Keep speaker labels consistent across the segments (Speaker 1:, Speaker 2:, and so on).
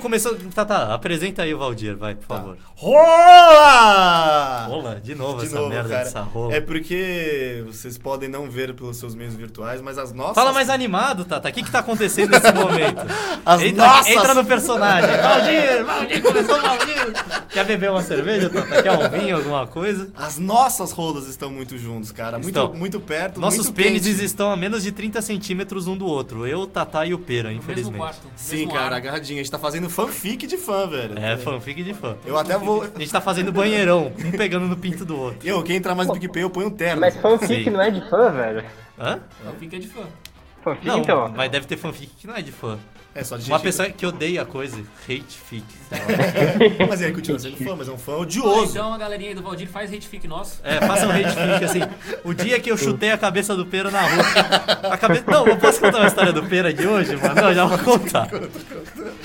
Speaker 1: começou. Tá, tá, apresenta aí o Valdir, vai,
Speaker 2: Tá.
Speaker 1: por favor.
Speaker 2: Rola!
Speaker 1: Rola, de novo
Speaker 2: De
Speaker 1: essa
Speaker 2: novo,
Speaker 1: merda
Speaker 2: cara.
Speaker 1: dessa rola.
Speaker 2: É porque vocês podem não ver pelos seus meios virtuais, mas as nossas.
Speaker 1: Fala mais animado, Tata. O que, que tá acontecendo nesse momento?
Speaker 2: As
Speaker 1: entra,
Speaker 2: nossas-
Speaker 1: entra no personagem. Valdir, Valdir, começou o Valdir. Quer beber uma cerveja, Tata? Quer um vinho, alguma coisa?
Speaker 2: As nossas rolas estão muito juntos, cara. Muito,
Speaker 1: Estão.
Speaker 2: muito perto.
Speaker 1: Nossos
Speaker 2: muito
Speaker 1: pênis
Speaker 2: quente.
Speaker 1: estão a menos de 30 centímetros um do outro. Eu, Tata e o Pera,
Speaker 3: No mesmo
Speaker 1: infelizmente.
Speaker 3: quarto. no
Speaker 2: Sim,
Speaker 3: mesmo
Speaker 2: cara,
Speaker 3: ar.
Speaker 2: agarradinho. A gente tá fazendo fanfic de fã, velho.
Speaker 1: É, fanfic de fã.
Speaker 2: Eu até vou.
Speaker 1: A gente tá fazendo banheirão, um pegando no pinto do outro.
Speaker 2: Eu, quem entrar mais no PicPay, eu ponho um terno.
Speaker 4: Mas fanfic
Speaker 1: Sim.
Speaker 4: não é de fã, velho.
Speaker 1: Hã?
Speaker 3: Fanfic é de fã.
Speaker 4: Fanfic,
Speaker 1: Não,
Speaker 4: então.
Speaker 1: mas deve ter fanfic que não é de fã.
Speaker 2: É só de gente.
Speaker 1: Uma pessoa que odeia a coisa, hate fic.
Speaker 2: Mas ele continua sendo fã, mas é um fã
Speaker 3: Ah,
Speaker 2: odioso.
Speaker 3: então a galerinha aí do Valdir faz hate fic nosso.
Speaker 1: É, faça um hate fic, assim. O dia que eu chutei a cabeça do Pera na rua. A cabe... Não, eu posso contar uma história do Pera de hoje, mano? Não, já vou contar.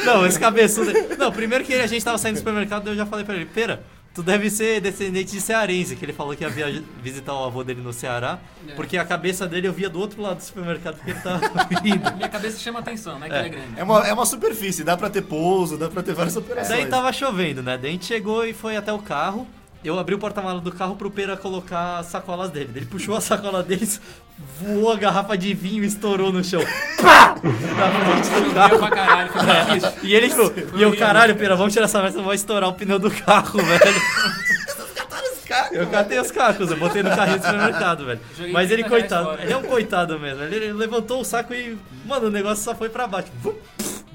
Speaker 1: Não, esse cabeçudo. Não, primeiro que a gente tava saindo do supermercado, eu já falei pra ele, Pera, tu deve ser descendente de cearense, que ele falou que ia viaja- visitar o avô dele no Ceará,
Speaker 3: É.
Speaker 1: porque a cabeça dele eu via do outro lado do supermercado que ele tava vindo.
Speaker 3: Minha cabeça chama atenção, né? Que ela é grande.
Speaker 2: É uma, é uma superfície, dá pra ter pouso, dá pra ter várias operações.
Speaker 1: Daí tava chovendo, né? Daí a gente chegou e foi até o carro. Eu abri o porta-malas do carro pro Pera colocar as sacolas dele. Daí Ele puxou a sacola deles, voou a garrafa de vinho e estourou no chão. Pá! Na frente do
Speaker 3: Deu
Speaker 1: carro.
Speaker 3: pra caralho, foi muito triste.
Speaker 1: E ele ficou, e eu,
Speaker 3: horrível.
Speaker 1: caralho, Pera, vamos tirar essa merda, senão vai estourar o pneu do carro, velho. Eu catei os cacos, eu botei no carrinho do supermercado, velho.
Speaker 3: Joguei
Speaker 1: Mas ele,
Speaker 3: 30 reais
Speaker 1: coitado,
Speaker 3: fora.
Speaker 1: ele é um coitado mesmo. Ele, ele levantou o saco e, mano, o negócio só foi pra baixo. Vum,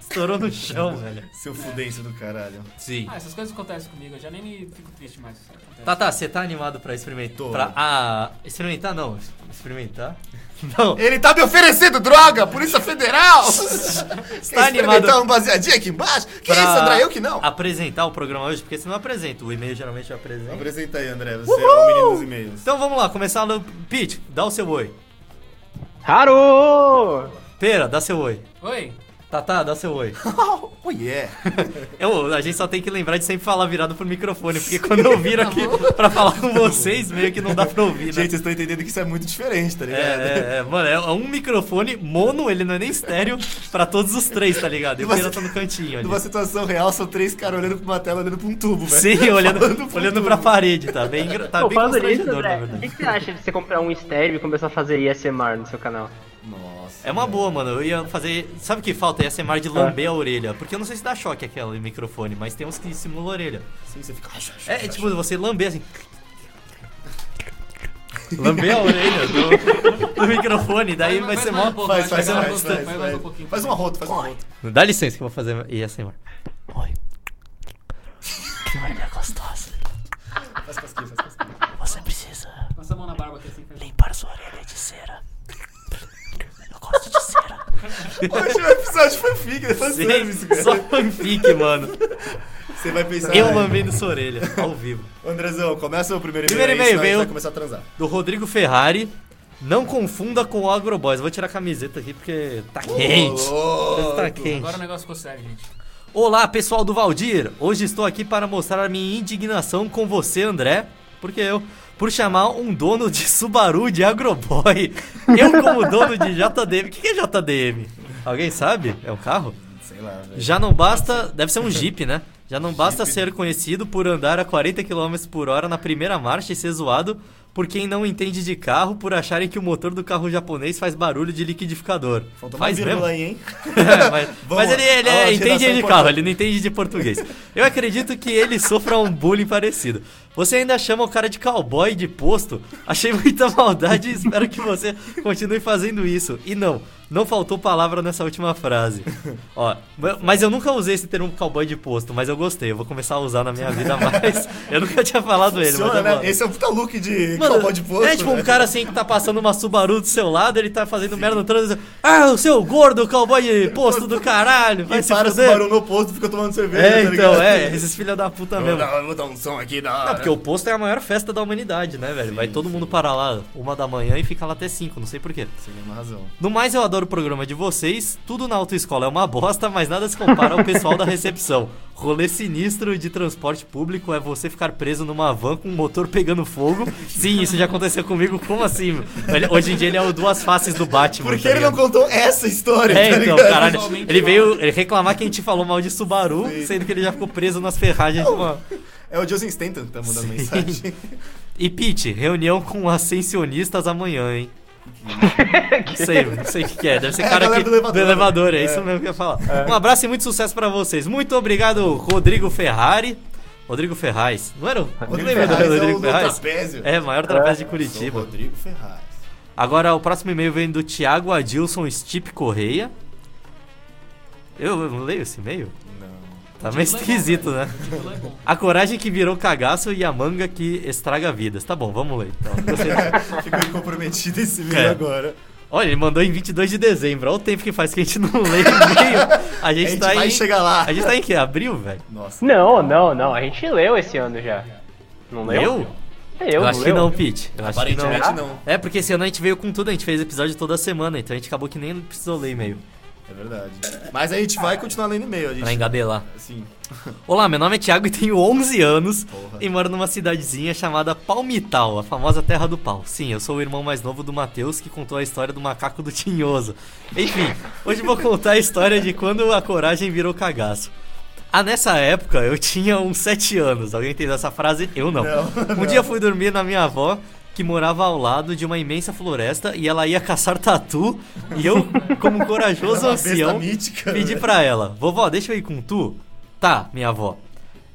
Speaker 1: Estourou no chão, velho.
Speaker 2: Seu fudêncio do caralho.
Speaker 1: Sim.
Speaker 3: Ah, essas coisas acontecem comigo, eu já nem me fico triste mais. Acontece.
Speaker 1: Tá, tá, você tá animado pra experimentar?
Speaker 2: Tô.
Speaker 1: Pra, ah, experimentar não. Experimentar? Não.
Speaker 2: Ele tá me oferecendo droga, Polícia Federal! Quer
Speaker 1: tá animado?
Speaker 2: experimentar um baseadinho aqui embaixo? Que
Speaker 1: pra
Speaker 2: isso, André? Eu que não.
Speaker 1: Apresentar o programa hoje, porque senão eu apresento. O e-mail geralmente eu apresento.
Speaker 2: Apresenta aí, André. Você é o menino dos e-mails.
Speaker 1: Então vamos lá, começar no. Pete, dá o seu oi.
Speaker 4: Haro!
Speaker 1: Pera, dá seu oi.
Speaker 3: Oi?
Speaker 1: Tatá, dá seu oi.
Speaker 2: Oh, yeah.
Speaker 1: Eu, a gente só tem que lembrar de sempre falar virado pro microfone, porque quando eu viro aqui pra falar com vocês, meio que não dá pra ouvir, né?
Speaker 2: Tá Gente, vocês estão entendendo que isso é muito diferente, tá ligado?
Speaker 1: É, é, é, mano, é um microfone mono, ele não é nem estéreo, pra todos os três, tá ligado? E o
Speaker 2: Você-
Speaker 1: Pera tá no cantinho ali.
Speaker 2: Numa situação real, são três caras olhando pra uma tela, olhando pra um tubo, velho.
Speaker 1: Sim, olhando,
Speaker 2: Falando pro
Speaker 1: olhando
Speaker 2: tubo.
Speaker 1: pra parede, tá bem, engra- tá
Speaker 4: Pô,
Speaker 1: bem
Speaker 4: falando nisso,
Speaker 1: constrangedor, na
Speaker 4: André, o que,
Speaker 1: verdade.
Speaker 4: que você acha de você comprar um estéreo e começar a fazer ISMR no seu canal?
Speaker 2: Nossa.
Speaker 1: É uma boa, mano. Eu ia fazer. Sabe o que falta? Ia ser mais de lamber a orelha. Porque eu não sei se dá choque aquele microfone, mas tem uns que simulam a orelha.
Speaker 2: Sim, você fica...
Speaker 1: É, é tipo você lamber assim. Lamber a orelha do, do microfone, daí vai
Speaker 3: Faz
Speaker 1: ser
Speaker 3: mais
Speaker 1: mó.
Speaker 3: um pouco,
Speaker 2: Faz, faz,
Speaker 3: mais
Speaker 2: faz,
Speaker 3: um
Speaker 2: faz,
Speaker 3: pouco,
Speaker 2: faz,
Speaker 3: mais um pouquinho.
Speaker 2: Faz uma rota, faz uma rota.
Speaker 1: Dá licença que eu vou fazer e assim, mano. Oi. Que orelha gostosa.
Speaker 2: Faz casquinha, faz casquinha.
Speaker 1: Você precisa
Speaker 3: Passa a mão na barba aqui assim. faz-
Speaker 1: limpar sua orelha de cera. Eu gosto de cera.
Speaker 2: Hoje o episódio foi fica, é
Speaker 1: Sim,
Speaker 2: fanservice, cara.
Speaker 1: só fanfic, mano.
Speaker 2: Você vai pensar...
Speaker 1: Eu
Speaker 2: ai,
Speaker 1: lambendo sua orelha, ao vivo.
Speaker 2: Andrezão, começa o primeiro e-mail é
Speaker 1: Primeiro
Speaker 2: aí,
Speaker 1: e-mail,
Speaker 2: senão a gente
Speaker 1: veio-
Speaker 2: vai começar a transar.
Speaker 1: Do Rodrigo Ferrari. Não confunda com o Agroboys. Vou tirar a camiseta aqui porque tá quente.
Speaker 2: Ô,
Speaker 1: Tá
Speaker 2: tu-
Speaker 1: quente.
Speaker 3: Agora o negócio ficou sério, gente.
Speaker 1: Olá, pessoal do Valdir. Hoje estou aqui para mostrar a minha indignação com você, André. Porque eu. Por chamar um dono de Subaru de Agroboy. Eu, como dono de JDM. O que que é JDM? Alguém sabe? É um carro?
Speaker 2: Sei lá, velho.
Speaker 1: Já não basta. Deve ser um Jeep, né? Já não basta
Speaker 2: né?
Speaker 1: ser conhecido por andar a 40 km por hora na primeira marcha e ser zoado por quem não entende de carro por acharem que o motor do carro japonês faz barulho de liquidificador.
Speaker 2: Faltou uma
Speaker 1: faz
Speaker 2: vírgula
Speaker 1: mesmo?
Speaker 2: aí, hein?
Speaker 1: É, mas
Speaker 2: Vamos
Speaker 1: mas ele,
Speaker 2: lá.
Speaker 1: ele
Speaker 2: Ó,
Speaker 1: é-
Speaker 2: a
Speaker 1: entende
Speaker 2: geração
Speaker 1: de carro,
Speaker 2: importante.
Speaker 1: ele não entende de português. Eu acredito que ele sofra um bullying parecido. Você ainda chama o cara de cowboy de posto? Achei muita maldade e espero que você continue fazendo isso. E não, não faltou palavra nessa última frase. Ó, ma- mas eu nunca usei esse termo cowboy de posto, mas eu gostei. Eu vou começar a usar na minha vida mais. Eu nunca tinha falado ele, mas
Speaker 2: Funciona,
Speaker 1: é bom.
Speaker 2: né? Esse é um puta look de
Speaker 1: Mano,
Speaker 2: cowboy de posto.
Speaker 1: é tipo um
Speaker 2: né?
Speaker 1: cara assim que tá passando uma Subaru do seu lado, ele tá fazendo merda no trânsito. Ah, o seu gordo cowboy de posto do caralho, vai
Speaker 2: E
Speaker 1: se
Speaker 2: para o
Speaker 1: fuder.
Speaker 2: Subaru no posto e fica tomando cerveja,
Speaker 1: um É,
Speaker 2: tá
Speaker 1: então,
Speaker 2: ligado?
Speaker 1: é, esses filha da puta
Speaker 2: Vou
Speaker 1: mesmo.
Speaker 2: dar, vou dar um som aqui da hora.
Speaker 1: Não, porque Porque o posto é a maior festa da humanidade, né, velho?
Speaker 2: Sim,
Speaker 1: Vai todo mundo para lá uma da manhã e fica lá até cinco, não sei porquê.
Speaker 2: Você tem uma razão.
Speaker 1: No mais, eu adoro o programa de vocês. Tudo na autoescola é uma bosta, mas nada se compara ao pessoal da recepção. Rolê sinistro de transporte público é você ficar preso numa van com o motor pegando fogo. Sim, isso já aconteceu comigo. Como assim? meu? Ele- Hoje em dia ele é o duas faces do Batman.
Speaker 2: Por que
Speaker 1: tá
Speaker 2: ele não
Speaker 1: ligado?
Speaker 2: contou essa história?
Speaker 1: É,
Speaker 2: tá
Speaker 1: então,
Speaker 2: ligado?
Speaker 1: caralho.
Speaker 3: Visualmente
Speaker 1: Ele
Speaker 3: mal.
Speaker 1: veio ele reclamar que a gente falou mal de Subaru,
Speaker 2: Sim.
Speaker 1: sendo que ele já ficou preso nas ferragens de uma.
Speaker 2: É o Justin Stanton que tá mandando
Speaker 1: Sim.
Speaker 2: mensagem.
Speaker 1: E Pete, reunião com ascensionistas amanhã, hein? Não sei, não sei o que, que é. Deve ser
Speaker 2: É a
Speaker 1: cara
Speaker 2: galera
Speaker 1: que,
Speaker 2: do elevador, né?
Speaker 1: elevador, é,
Speaker 2: É.
Speaker 1: isso mesmo que eu ia falar. Um abraço e muito sucesso pra vocês. Muito obrigado, Rodrigo Ferrari. Rodrigo Ferraz. Não era o.
Speaker 2: Rodrigo
Speaker 1: lembra do
Speaker 2: Ferraz é
Speaker 1: Rodrigo
Speaker 2: o do
Speaker 1: Ferraz?
Speaker 2: trapézio.
Speaker 1: É, maior trapézio de
Speaker 2: Sou o
Speaker 1: Curitiba.
Speaker 2: Rodrigo Ferraz.
Speaker 1: Agora, o próximo e-mail vem do Thiago Adilson Stipe Correia. Eu, eu não leio esse e-mail?
Speaker 2: Não.
Speaker 1: Tá meio esquisito, né?
Speaker 3: O título é bom.
Speaker 1: A coragem que virou cagaço e a manga que estraga vidas. Tá bom, vamos ler. Então, Gostei do-
Speaker 2: Ficou comprometido esse vídeo
Speaker 1: É.
Speaker 2: agora.
Speaker 1: Olha, ele mandou em 22 de dezembro. Olha o tempo que faz que a gente não lê e-mail. A gente,
Speaker 2: a gente
Speaker 1: tá
Speaker 2: vai
Speaker 1: em.
Speaker 2: chegar lá.
Speaker 1: A gente tá em que? Abril, velho?
Speaker 2: Nossa.
Speaker 4: Não, não, não. A gente leu esse ano já. Não leu? É,
Speaker 1: Eu?
Speaker 4: Eu,
Speaker 1: Eu
Speaker 4: não
Speaker 1: acho que
Speaker 4: leu.
Speaker 1: não, Pete. Eu acho que não.
Speaker 2: Aparentemente não.
Speaker 1: É, porque esse ano a gente veio com tudo, a gente fez episódio toda semana, então a gente acabou que nem precisou ler e-mail
Speaker 2: É verdade. Mas a gente vai continuar lendo e-mail. A
Speaker 1: pra
Speaker 2: gente...
Speaker 1: engabelar.
Speaker 2: Sim.
Speaker 1: Olá, meu nome é Thiago e tenho 11 anos
Speaker 2: Porra.
Speaker 1: e moro numa cidadezinha chamada Palmital, a famosa terra do pau. Sim, eu sou o irmão mais novo do Matheus que contou a história do macaco do Tinhoso. Enfim, hoje vou contar a história de quando a coragem virou cagaço. Ah, nessa época eu tinha uns 7 anos. Alguém entendeu essa frase? Eu não.
Speaker 2: Não,
Speaker 1: um dia fui dormir na minha avó, que morava ao lado de uma imensa floresta, e ela ia caçar tatu, e eu, como um corajoso
Speaker 2: Era uma besta
Speaker 1: ancião,
Speaker 2: mítica,
Speaker 1: pedi
Speaker 2: velho.
Speaker 1: pra ela: Vovó, deixa eu ir com tu? Tá, minha avó.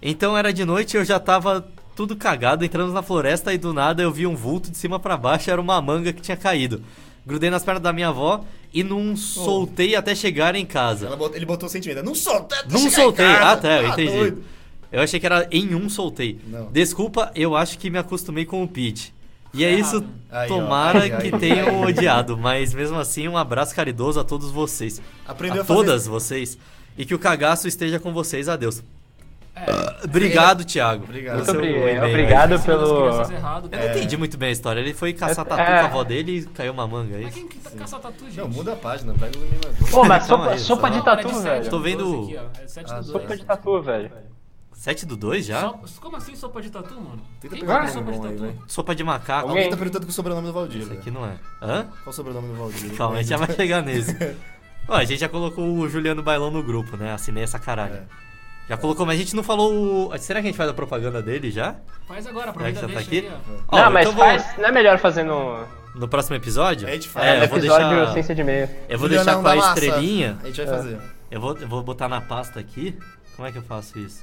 Speaker 1: Então era de noite, eu já tava tudo cagado, entramos na floresta e do nada eu vi um vulto de cima pra baixo, era uma manga que tinha caído. Grudei nas pernas da minha avó e não soltei até chegar em casa.
Speaker 2: Oh. Ela bot- Ele botou o sentimento. Não solta. até
Speaker 1: Não
Speaker 2: chegar em
Speaker 1: soltei.
Speaker 2: casa.
Speaker 1: Ah, tá, eu entendi.
Speaker 2: doido.
Speaker 1: Eu achei que era em um soltei.
Speaker 2: Não.
Speaker 1: Desculpa, eu acho que me acostumei com o Pete. E é
Speaker 3: Errado.
Speaker 1: isso,
Speaker 2: Aí, ó.
Speaker 1: tomara
Speaker 2: Aí, aí,
Speaker 1: que
Speaker 2: aí.
Speaker 1: tenham odiado. Mas mesmo assim, um abraço caridoso a todos vocês.
Speaker 2: Aprendeu
Speaker 1: a
Speaker 2: a fazer-
Speaker 1: todas vocês. E que o cagaço esteja com vocês. Adeus.
Speaker 3: É,
Speaker 1: Obrigado, Thiago.
Speaker 2: Obrigado.
Speaker 1: pelo
Speaker 4: Muito
Speaker 1: seu
Speaker 4: obrigado,
Speaker 1: e-mail.
Speaker 4: é, obrigado
Speaker 3: pelo... é
Speaker 4: pelo.
Speaker 3: errado,
Speaker 1: Eu
Speaker 3: cara.
Speaker 1: não entendi muito bem a história. Ele foi caçar
Speaker 4: É.
Speaker 1: tatu com a avó dele e caiu uma manga, é
Speaker 3: Mas
Speaker 1: isso?
Speaker 3: quem que tá caçar tatu, gente?
Speaker 2: Não, muda a página. Pega o e-mail mais novo.
Speaker 4: Pô, mas
Speaker 1: Calma
Speaker 4: sopa,
Speaker 1: aí,
Speaker 4: sopa
Speaker 1: só-
Speaker 4: de
Speaker 3: Não, era
Speaker 4: tatu,
Speaker 3: de sete
Speaker 4: velho.
Speaker 1: Tô vendo-
Speaker 3: do 12 aqui, ó. É 7
Speaker 2: Ah,
Speaker 3: do
Speaker 2: sopa
Speaker 3: 12.
Speaker 4: Sopa de tatu, velho.
Speaker 1: 7 do 2 já?
Speaker 3: So- Como assim sopa de tatu, mano?
Speaker 2: Tenta
Speaker 3: Quem
Speaker 2: pegar
Speaker 3: come
Speaker 2: o
Speaker 3: sopa de
Speaker 2: Google tá aí,
Speaker 3: tatu?
Speaker 2: vai.
Speaker 1: Sopa de macaco.
Speaker 2: Alguém tá perguntando com o sobrenome do Valdir.
Speaker 1: Isso
Speaker 2: velho.
Speaker 1: aqui não é. Hã?
Speaker 2: Qual o sobrenome do Valdir?
Speaker 1: Calma, a gente já vai chegar nesse. Ó, a gente já colocou o Juliano Bailão no grupo, né? Assinei essa caralho.
Speaker 2: É.
Speaker 1: Já colocou, mas a gente não falou o... Será que a gente faz a propaganda dele já?
Speaker 3: Faz
Speaker 1: Será
Speaker 3: agora,
Speaker 1: que
Speaker 3: aproveita
Speaker 1: já
Speaker 3: e
Speaker 1: tá
Speaker 3: deixa
Speaker 1: aqui?
Speaker 3: aí, ó.
Speaker 1: Ó,
Speaker 4: não, mas
Speaker 1: então vou-
Speaker 4: faz. Não é melhor fazer no.
Speaker 1: No próximo episódio?
Speaker 2: A gente faz. é
Speaker 1: É, eu vou
Speaker 4: episódio
Speaker 1: deixar...
Speaker 4: sem ser de meio.
Speaker 1: Eu vou deixar com a estrelinha. É.
Speaker 2: A gente vai fazer.
Speaker 1: Eu vou, eu vou botar na pasta aqui. Como é que eu faço isso?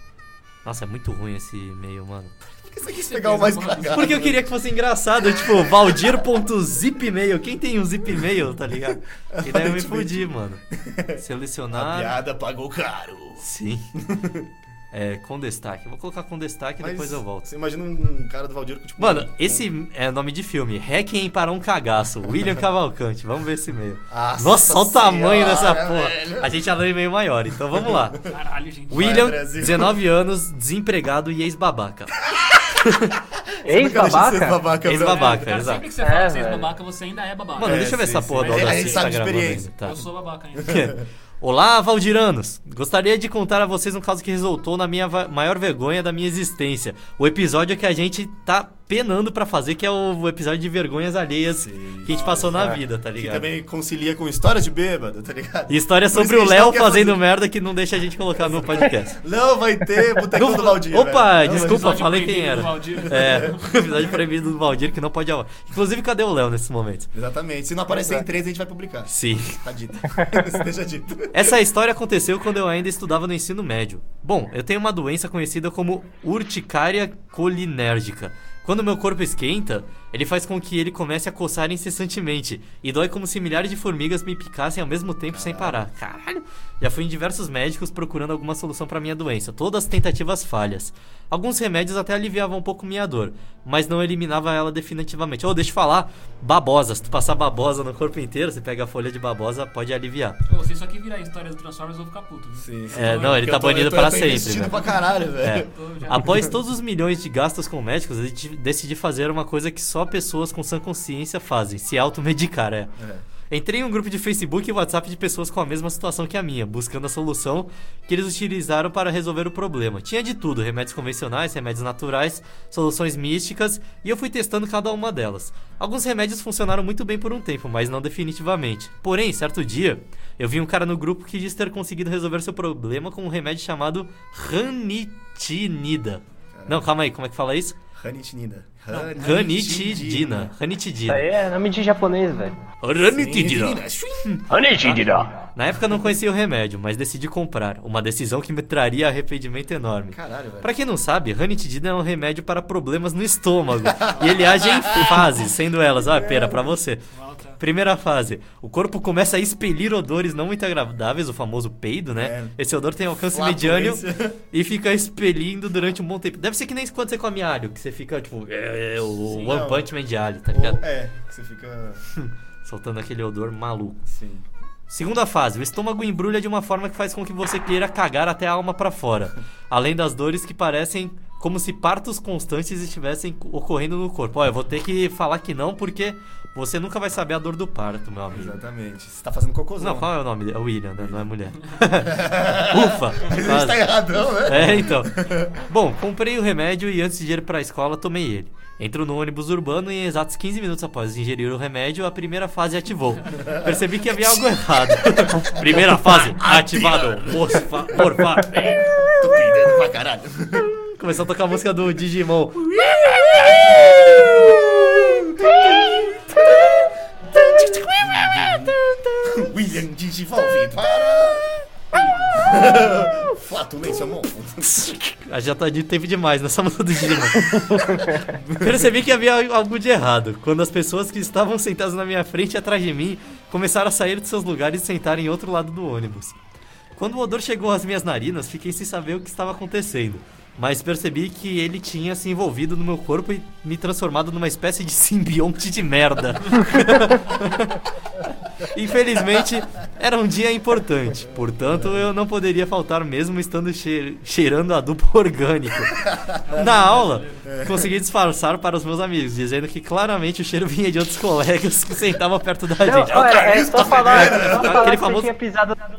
Speaker 1: Nossa, é muito ruim esse e-mail, mano.
Speaker 2: Por que você quis pegar o mais
Speaker 3: Mano,
Speaker 2: cagado?
Speaker 1: Porque eu queria que fosse engraçado, tipo, valdir.zipmail. Quem tem um zipmail, tá ligado? E daí eu me fudi, mano.
Speaker 2: A
Speaker 1: Selecionar.
Speaker 2: piada pagou caro.
Speaker 1: Sim. É, com destaque. Eu vou colocar com destaque e
Speaker 2: Mas
Speaker 1: depois eu volto.
Speaker 2: Você imagina um cara do Valdir com tipo.
Speaker 1: Mano, esse é nome de filme. Hacking para um cagaço. William Cavalcante. Vamos ver esse e-mail.
Speaker 2: Nossa
Speaker 1: Nossa, olha o tamanho dessa
Speaker 2: senhora,
Speaker 1: porra.
Speaker 2: velho.
Speaker 1: A gente já leu e-mail maior, então vamos lá.
Speaker 3: Caralho, gente.
Speaker 1: William,
Speaker 2: Brasil.
Speaker 1: 19 anos, desempregado e ex-babaca.
Speaker 2: Nunca deixa de ser
Speaker 4: Ex-babaca?
Speaker 2: babaca,
Speaker 1: Ex-babaca.
Speaker 2: Bruno.
Speaker 1: babaca,
Speaker 3: cara,
Speaker 1: exato.
Speaker 3: sempre que você fala
Speaker 4: É,
Speaker 3: que você é
Speaker 4: velho.
Speaker 3: babaca, você ainda é babaca.
Speaker 1: Ah, Mano,
Speaker 2: É,
Speaker 1: deixa eu ver
Speaker 2: sim,
Speaker 1: essa
Speaker 2: sim.
Speaker 1: porra do
Speaker 2: Mas
Speaker 1: Audacity.
Speaker 2: a gente sabe
Speaker 1: tá
Speaker 2: de
Speaker 1: gravando
Speaker 2: experiência. É.
Speaker 1: ainda, tá.
Speaker 3: Eu sou babaca ainda.
Speaker 1: Olá, Valdiranos! Gostaria de contar a vocês um caso que resultou na minha va- maior vergonha da minha existência. O episódio que a gente tá penando pra fazer, que é o episódio de vergonhas alheias
Speaker 2: Sim. Ah,
Speaker 1: que a gente passou na
Speaker 4: Nossa.
Speaker 1: vida, tá
Speaker 2: Que
Speaker 1: ligado?
Speaker 2: também concilia com história de bêbado, tá ligado?
Speaker 1: E História
Speaker 2: Por isso
Speaker 1: sobre o
Speaker 2: que a gente tá
Speaker 1: Léo
Speaker 2: não quer fazer.
Speaker 1: fazendo merda que não deixa a gente colocar no podcast.
Speaker 2: Não vai ter botecão do Valdir.
Speaker 1: Opa,
Speaker 2: velho. Não vai
Speaker 1: desculpa,
Speaker 3: episódio
Speaker 1: falei quem
Speaker 3: proibido
Speaker 1: era.
Speaker 3: do Valdir.
Speaker 1: É, o episódio proibido do Valdir que não pode ao ar. Inclusive, cadê o Léo nesse momento?
Speaker 2: ter. Exatamente. Se não aparecer em três, a gente vai publicar.
Speaker 1: Sim.
Speaker 2: Tá dito. Esteja dito.
Speaker 1: Essa história aconteceu quando eu ainda estudava no ensino médio. Bom, eu tenho uma doença conhecida como urticária colinérgica. Quando meu corpo esquenta, ele faz com que ele comece a coçar incessantemente e dói como se milhares de formigas me picassem ao mesmo tempo sem parar. Caralho! Já fui em diversos médicos procurando alguma solução para minha doença, todas tentativas falhas. Alguns remédios até aliviavam um pouco minha dor, mas não eliminava ela definitivamente. Oh, deixa eu falar, babosa, se tu passar babosa no corpo inteiro, você pega a folha de babosa, pode aliviar.
Speaker 3: Pô, se isso aqui virar a história do Transformers, eu vou ficar puto. viu?
Speaker 2: Sim, sim.
Speaker 1: É, não, ele
Speaker 2: Porque
Speaker 1: tá
Speaker 2: eu tô- eu
Speaker 1: banido
Speaker 2: tô-
Speaker 1: pra
Speaker 2: eu tô
Speaker 1: sempre,
Speaker 2: investindo
Speaker 1: né?
Speaker 2: pra caralho, velho.
Speaker 3: Tô já-
Speaker 1: Após todos os milhões de gastos com médicos, eu de- decidi fazer uma coisa que só pessoas com sã consciência fazem, se automedicar, é. Entrei em um grupo de Facebook e WhatsApp de pessoas com a mesma situação que a minha, buscando a solução que eles utilizaram para resolver o problema. Tinha de tudo, remédios convencionais, remédios naturais, soluções místicas, e eu fui testando cada uma delas. Alguns remédios funcionaram muito bem por um tempo, mas não definitivamente. Porém, certo dia, eu vi um cara no grupo que disse ter conseguido resolver seu problema com um remédio chamado ranitinida. Não, calma aí, como é que fala isso?
Speaker 2: Ranitinida.
Speaker 1: Ranitidina. Ranitidina.
Speaker 4: Isso aí é nome de japonês, velho.
Speaker 1: Ranitidina.
Speaker 4: Anishidira.
Speaker 1: Na época eu não conhecia o remédio, mas decidi comprar, uma decisão que me traria arrependimento enorme.
Speaker 2: Caralho, velho.
Speaker 1: Pra quem não sabe, ranitidina é um remédio para problemas no estômago, e ele age em fases, sendo elas, ah, pera, pra você.
Speaker 3: Volta.
Speaker 1: Primeira fase, o corpo começa a expelir odores não muito agradáveis, o famoso peido, né? Esse odor tem alcance mediano
Speaker 2: Flatulência.
Speaker 1: e fica expelindo durante um bom tempo. Deve ser que nem quando você come alho, que você fica, tipo, é, é, o
Speaker 2: Sim,
Speaker 1: One
Speaker 2: não.
Speaker 1: Punch Man de alho, tá ligado?
Speaker 2: Ou, é, que você fica.
Speaker 1: Soltando aquele odor maluco.
Speaker 2: Sim.
Speaker 1: Segunda fase, o estômago embrulha de uma forma que faz com que você queira cagar até a alma pra fora, além das dores que parecem como se partos constantes estivessem co- ocorrendo no corpo. Ó, eu vou ter que falar que não, porque você nunca vai saber a dor do parto, meu amigo.
Speaker 2: Exatamente. Você tá fazendo cocôzão.
Speaker 1: Não, qual é o nome? dele? É William, né? Não é mulher. Ufa!
Speaker 2: Mas a gente tá
Speaker 1: quase.
Speaker 2: erradão, né?
Speaker 1: É, então. Bom, comprei o remédio e antes de ir pra escola, tomei ele. Entro no ônibus urbano e em exatos 15 minutos após ingerir o remédio, a primeira fase ativou. Percebi que havia algo errado. primeira fase ativado. Morfa, morfa.
Speaker 2: Tô peidando pra caralho.
Speaker 1: Começou a tocar a música do Digimon.
Speaker 2: William Digivolve para. Flatulência, amor.
Speaker 1: Ah, Já tá de tempo demais nessa música do Digimon. Percebi que havia algo de errado quando as pessoas que estavam sentadas na minha frente e atrás de mim começaram a sair de seus lugares e sentarem em outro lado do ônibus. Quando o odor chegou às minhas narinas, fiquei sem saber o que estava acontecendo, mas percebi que ele tinha se envolvido no meu corpo e me transformado numa espécie de simbionte de merda. Infelizmente, era um dia importante, portanto eu não poderia faltar mesmo estando che- cheirando adubo orgânico. Na aula, consegui disfarçar para os meus amigos, dizendo que claramente o cheiro vinha de outros colegas que sentavam perto da
Speaker 4: Não,
Speaker 1: gente.
Speaker 4: ó, era, é só falar, é só falar que
Speaker 1: Tá famoso-
Speaker 4: você tinha pisado na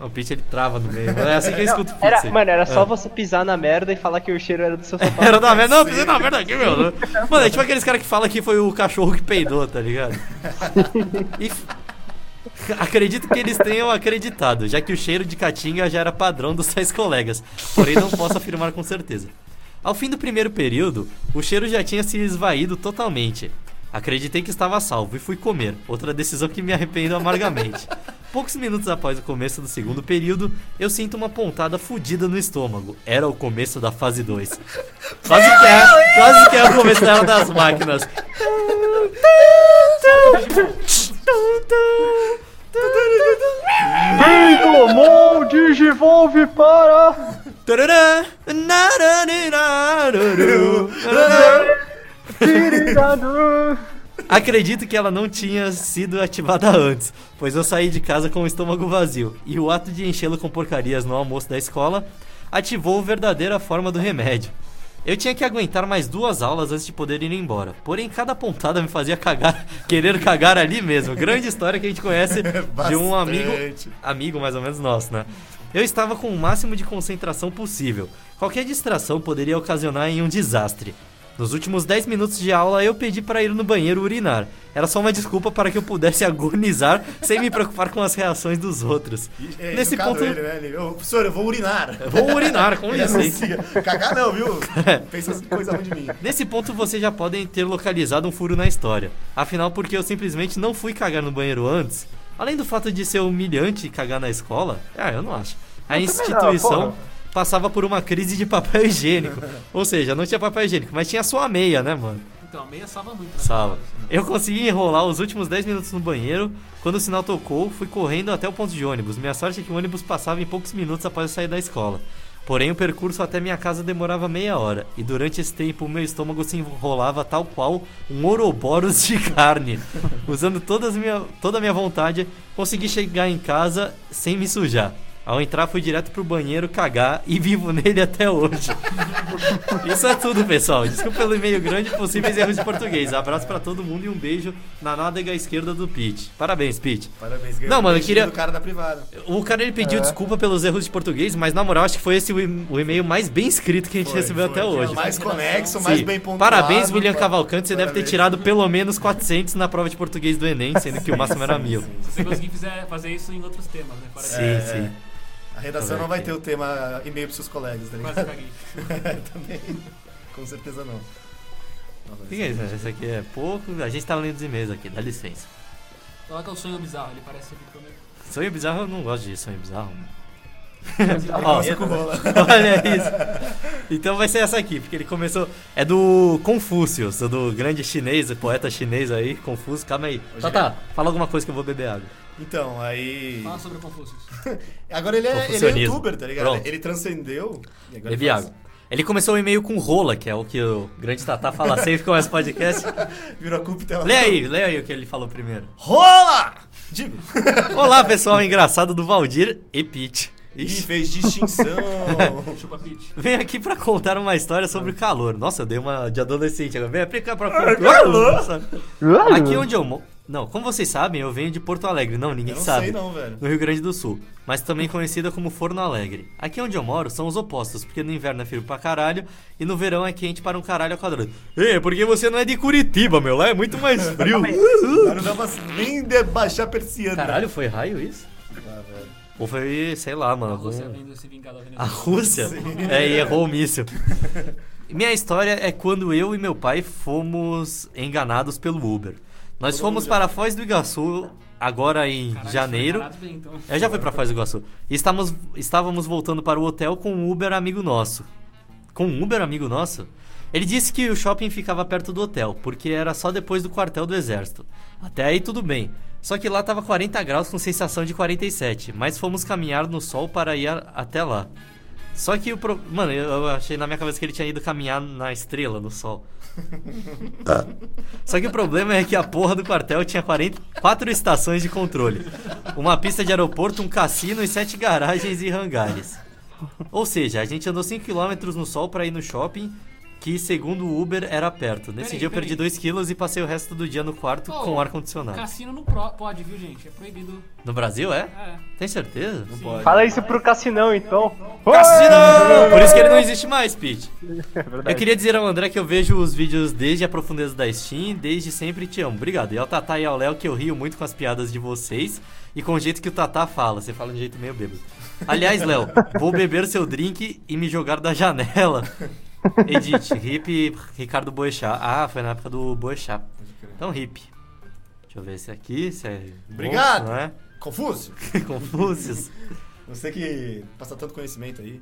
Speaker 1: O Pitch ele trava no meio, é assim que eu escuto o Pitch.
Speaker 4: Era, mano, era só
Speaker 1: Ah.
Speaker 4: você pisar na merda e falar que o cheiro era do seu sapato.
Speaker 1: Era da merda. Não, pisei na merda aqui, meu. Mano, é tipo aqueles caras que falam que foi o cachorro que peidou, tá ligado? E f- Acredito que eles tenham acreditado, já que o cheiro de caatinga já era padrão dos três colegas, porém não posso afirmar com certeza. Ao fim do primeiro período, o cheiro já tinha se esvaído totalmente. Acreditei que estava salvo e fui comer, outra decisão que me arrependo amargamente. Poucos minutos após o começo do segundo período, eu sinto uma pontada fudida no estômago. Era o começo da fase 2. Quase que é, quase que é o começo da era das máquinas.
Speaker 4: Digimon, Digivolve para!
Speaker 1: Tarará, narararararuru, tarará. Acredito que ela não tinha sido ativada antes, pois eu saí de casa com o estômago vazio, e o ato de enchê-lo com porcarias no almoço da escola ativou a verdadeira forma do remédio. Eu tinha que aguentar mais duas aulas antes de poder ir embora, porém cada pontada me fazia cagar, querer cagar ali mesmo. Grande história que a gente conhece de um amigo
Speaker 2: Bastante.
Speaker 1: amigo mais ou menos nosso, né? Eu estava com o máximo de concentração possível. Qualquer distração poderia ocasionar em um desastre. Nos últimos 10 minutos de aula, eu pedi para ir no banheiro urinar. Era só uma desculpa para que eu pudesse agonizar sem me preocupar com as reações dos outros.
Speaker 2: E- é,
Speaker 1: Nesse
Speaker 2: educado
Speaker 1: ponto,
Speaker 2: Ele, né? É ele, "Ô, professor, eu vou urinar.
Speaker 1: vou urinar, com
Speaker 2: Ele
Speaker 1: licença.
Speaker 2: anuncia. Cagar não, viu? Pensa em coisa ruim de mim.
Speaker 1: Nesse ponto vocês já podem ter localizado um furo na história. Afinal, porque eu simplesmente não fui cagar no banheiro antes. Além do fato de ser humilhante cagar na escola, ah, eu não acho. A
Speaker 4: também não,
Speaker 1: instituição
Speaker 4: porra.
Speaker 1: passava por uma crise de papel higiênico. Ou seja, não tinha papel higiênico, mas tinha só a meia, né, mano?
Speaker 3: Então, a meia salva muito, né?
Speaker 1: Salva. Eu consegui enrolar os últimos 10 minutos no banheiro. Quando o sinal tocou, fui correndo até o ponto de ônibus. Minha sorte é que o ônibus passava em poucos minutos após eu sair da escola. Porém, o percurso até minha casa demorava meia hora, e durante esse tempo o meu estômago se enrolava tal qual um ouroboros de carne. Usando todas minha, toda a minha vontade, consegui chegar em casa sem me sujar. Ao entrar, fui direto pro banheiro cagar e vivo nele até hoje. Isso é tudo, pessoal. Desculpa pelo e-mail grande e possíveis erros de português. Abraço pra todo mundo e um beijo na nádega esquerda do Pete. Parabéns, Pete.
Speaker 2: Parabéns, ganhou
Speaker 1: Não,
Speaker 2: um
Speaker 1: mano, eu
Speaker 2: beijinho
Speaker 1: queria-
Speaker 2: do cara da privada.
Speaker 1: O cara ele pediu
Speaker 5: É.
Speaker 1: desculpa pelos erros de português, mas na moral acho que foi esse o e- o e-mail mais bem escrito que a gente
Speaker 2: Foi,
Speaker 1: recebeu
Speaker 2: foi.
Speaker 1: até
Speaker 2: Tinha
Speaker 1: hoje.
Speaker 2: Mais conexo,
Speaker 1: Sim.
Speaker 2: mais bem pontuado.
Speaker 1: Parabéns, William Cavalcante. Você deve ter
Speaker 2: Parabéns.
Speaker 1: tirado pelo menos 400 na prova de português do Enem, sendo que o máximo era mil.
Speaker 3: Se você conseguir fizer- fazer isso em outros temas, né? Fora
Speaker 1: Sim,
Speaker 2: É,
Speaker 1: sim.
Speaker 2: A redação não vai ter o tema e-mail pros seus colegas,
Speaker 1: É.
Speaker 2: tá
Speaker 3: de-
Speaker 2: ligado?
Speaker 3: Quase caguei.
Speaker 2: Também. Com certeza não. Nossa,
Speaker 1: Fica aí, gente. Isso aqui é pouco. A gente tá lendo os e-mails aqui, dá licença.
Speaker 3: Coloca o sonho bizarro, ele parece ser bem prometido.
Speaker 1: Sonho bizarro, eu não gosto de sonho bizarro. mano.
Speaker 2: Nossa,
Speaker 1: Ó,
Speaker 2: com rola.
Speaker 1: Olha isso. Então vai ser essa aqui, porque ele começou. É do Confúcio, do grande chinês, poeta chinês aí, Confúcio. Calma aí. Tá, tá. Fala alguma coisa que eu vou beber água.
Speaker 2: Então, aí.
Speaker 3: Fala sobre o Confúcio.
Speaker 2: Agora ele é, ele é
Speaker 1: Confucionismo.
Speaker 2: youtuber, tá ligado?
Speaker 1: Pronto.
Speaker 2: Ele transcendeu. E agora
Speaker 1: Bebi
Speaker 2: ele faz-
Speaker 1: água. Ele começou o e-mail com rola, que é o que o grande Tatá fala sempre que começa o podcast.
Speaker 2: Virou a cúpula.
Speaker 1: Lê aí, lê aí o que ele falou primeiro.
Speaker 2: Rola! Digo.
Speaker 1: Olá, pessoal engraçado do Valdir e Pete.
Speaker 2: Ih,
Speaker 1: Ixi.
Speaker 2: fez distinção.
Speaker 3: Chupa Pete.
Speaker 1: Vem aqui pra contar uma história sobre o calor. Nossa, eu dei uma de adolescente agora. Vem aqui pra
Speaker 2: Ah,
Speaker 1: contar.
Speaker 2: calor!
Speaker 1: Aqui onde eu moro. Não, como vocês sabem, eu venho de Porto Alegre. Não, ninguém
Speaker 2: Eu não
Speaker 1: sabe.
Speaker 2: sei não, velho.
Speaker 1: No Rio Grande do Sul, mas também conhecida como Forno Alegre. Aqui onde eu moro são os opostos, porque no inverno é frio pra caralho e no verão é quente para um caralho ao quadrado. Ei, porque você não é de Curitiba, meu? Lá é muito mais frio.
Speaker 2: Cara, Não dá pra nem debaixar a persiana.
Speaker 1: caralho, foi raio isso?
Speaker 2: Ah, velho.
Speaker 1: Ou foi, sei lá, mano.
Speaker 3: A Rússia
Speaker 1: algum-
Speaker 3: vindo se vingar da
Speaker 1: A
Speaker 3: Venezuela.
Speaker 1: Rússia? É, e errou o míssil. Minha história é quando eu e meu pai fomos enganados pelo Uber. Nós
Speaker 2: Todo
Speaker 1: fomos
Speaker 2: mundo já
Speaker 1: para Foz do Iguaçu agora em
Speaker 3: Caralho,
Speaker 1: janeiro. É.
Speaker 3: foi parado bem, então.
Speaker 1: Eu já fui pra Foz do Iguaçu. E estávamos, estávamos voltando para o hotel com um Uber amigo nosso. Com um Uber amigo nosso? Ele disse que o shopping ficava perto do hotel, porque era só depois do quartel do exército. Até aí tudo bem. Só que lá tava 40 graus com sensação de 47, mas fomos caminhar no sol para ir a- até lá. Só que o. Pro... Mano, eu, eu achei na minha cabeça que ele tinha ido caminhar na estrela, no sol.
Speaker 2: Tá.
Speaker 1: Só que o problema é que a porra do quartel tinha 44 estações de controle: uma pista de aeroporto, um cassino e sete garagens e hangares. Ou seja, a gente andou 5km no sol pra ir no shopping, que segundo o Uber era perto. Nesse
Speaker 3: Peraí,
Speaker 1: dia eu perdi
Speaker 3: peraí.
Speaker 1: 2kg e passei o resto do dia no quarto
Speaker 3: Pô,
Speaker 1: com ar-condicionado.
Speaker 3: Cassino não pro- pode, viu, gente? É proibido.
Speaker 1: No Brasil, é?
Speaker 3: É.
Speaker 1: Tem certeza?
Speaker 2: Não pode.
Speaker 4: Fala isso pro Cassinão, então.
Speaker 1: Cassino! Por isso que ele não existe mais, Pete.
Speaker 4: É verdade.
Speaker 1: Eu queria dizer ao André que eu vejo os vídeos desde a profundeza da Steam, desde sempre te amo. Obrigado. E ao Tatá e ao Léo que eu rio muito com as piadas de vocês e com o jeito que o Tatá fala. Você fala de um jeito meio bêbado. Aliás, Léo, vou beber seu drink e me jogar da janela. Edith, hip Ricardo Boechat. Ah, foi na época do Boechat. Então, hip. Deixa eu ver esse aqui, se é. bom,
Speaker 2: Obrigado.
Speaker 1: Não é?
Speaker 2: Confúcio?
Speaker 1: Confúcios.
Speaker 2: Você que passa tanto conhecimento aí.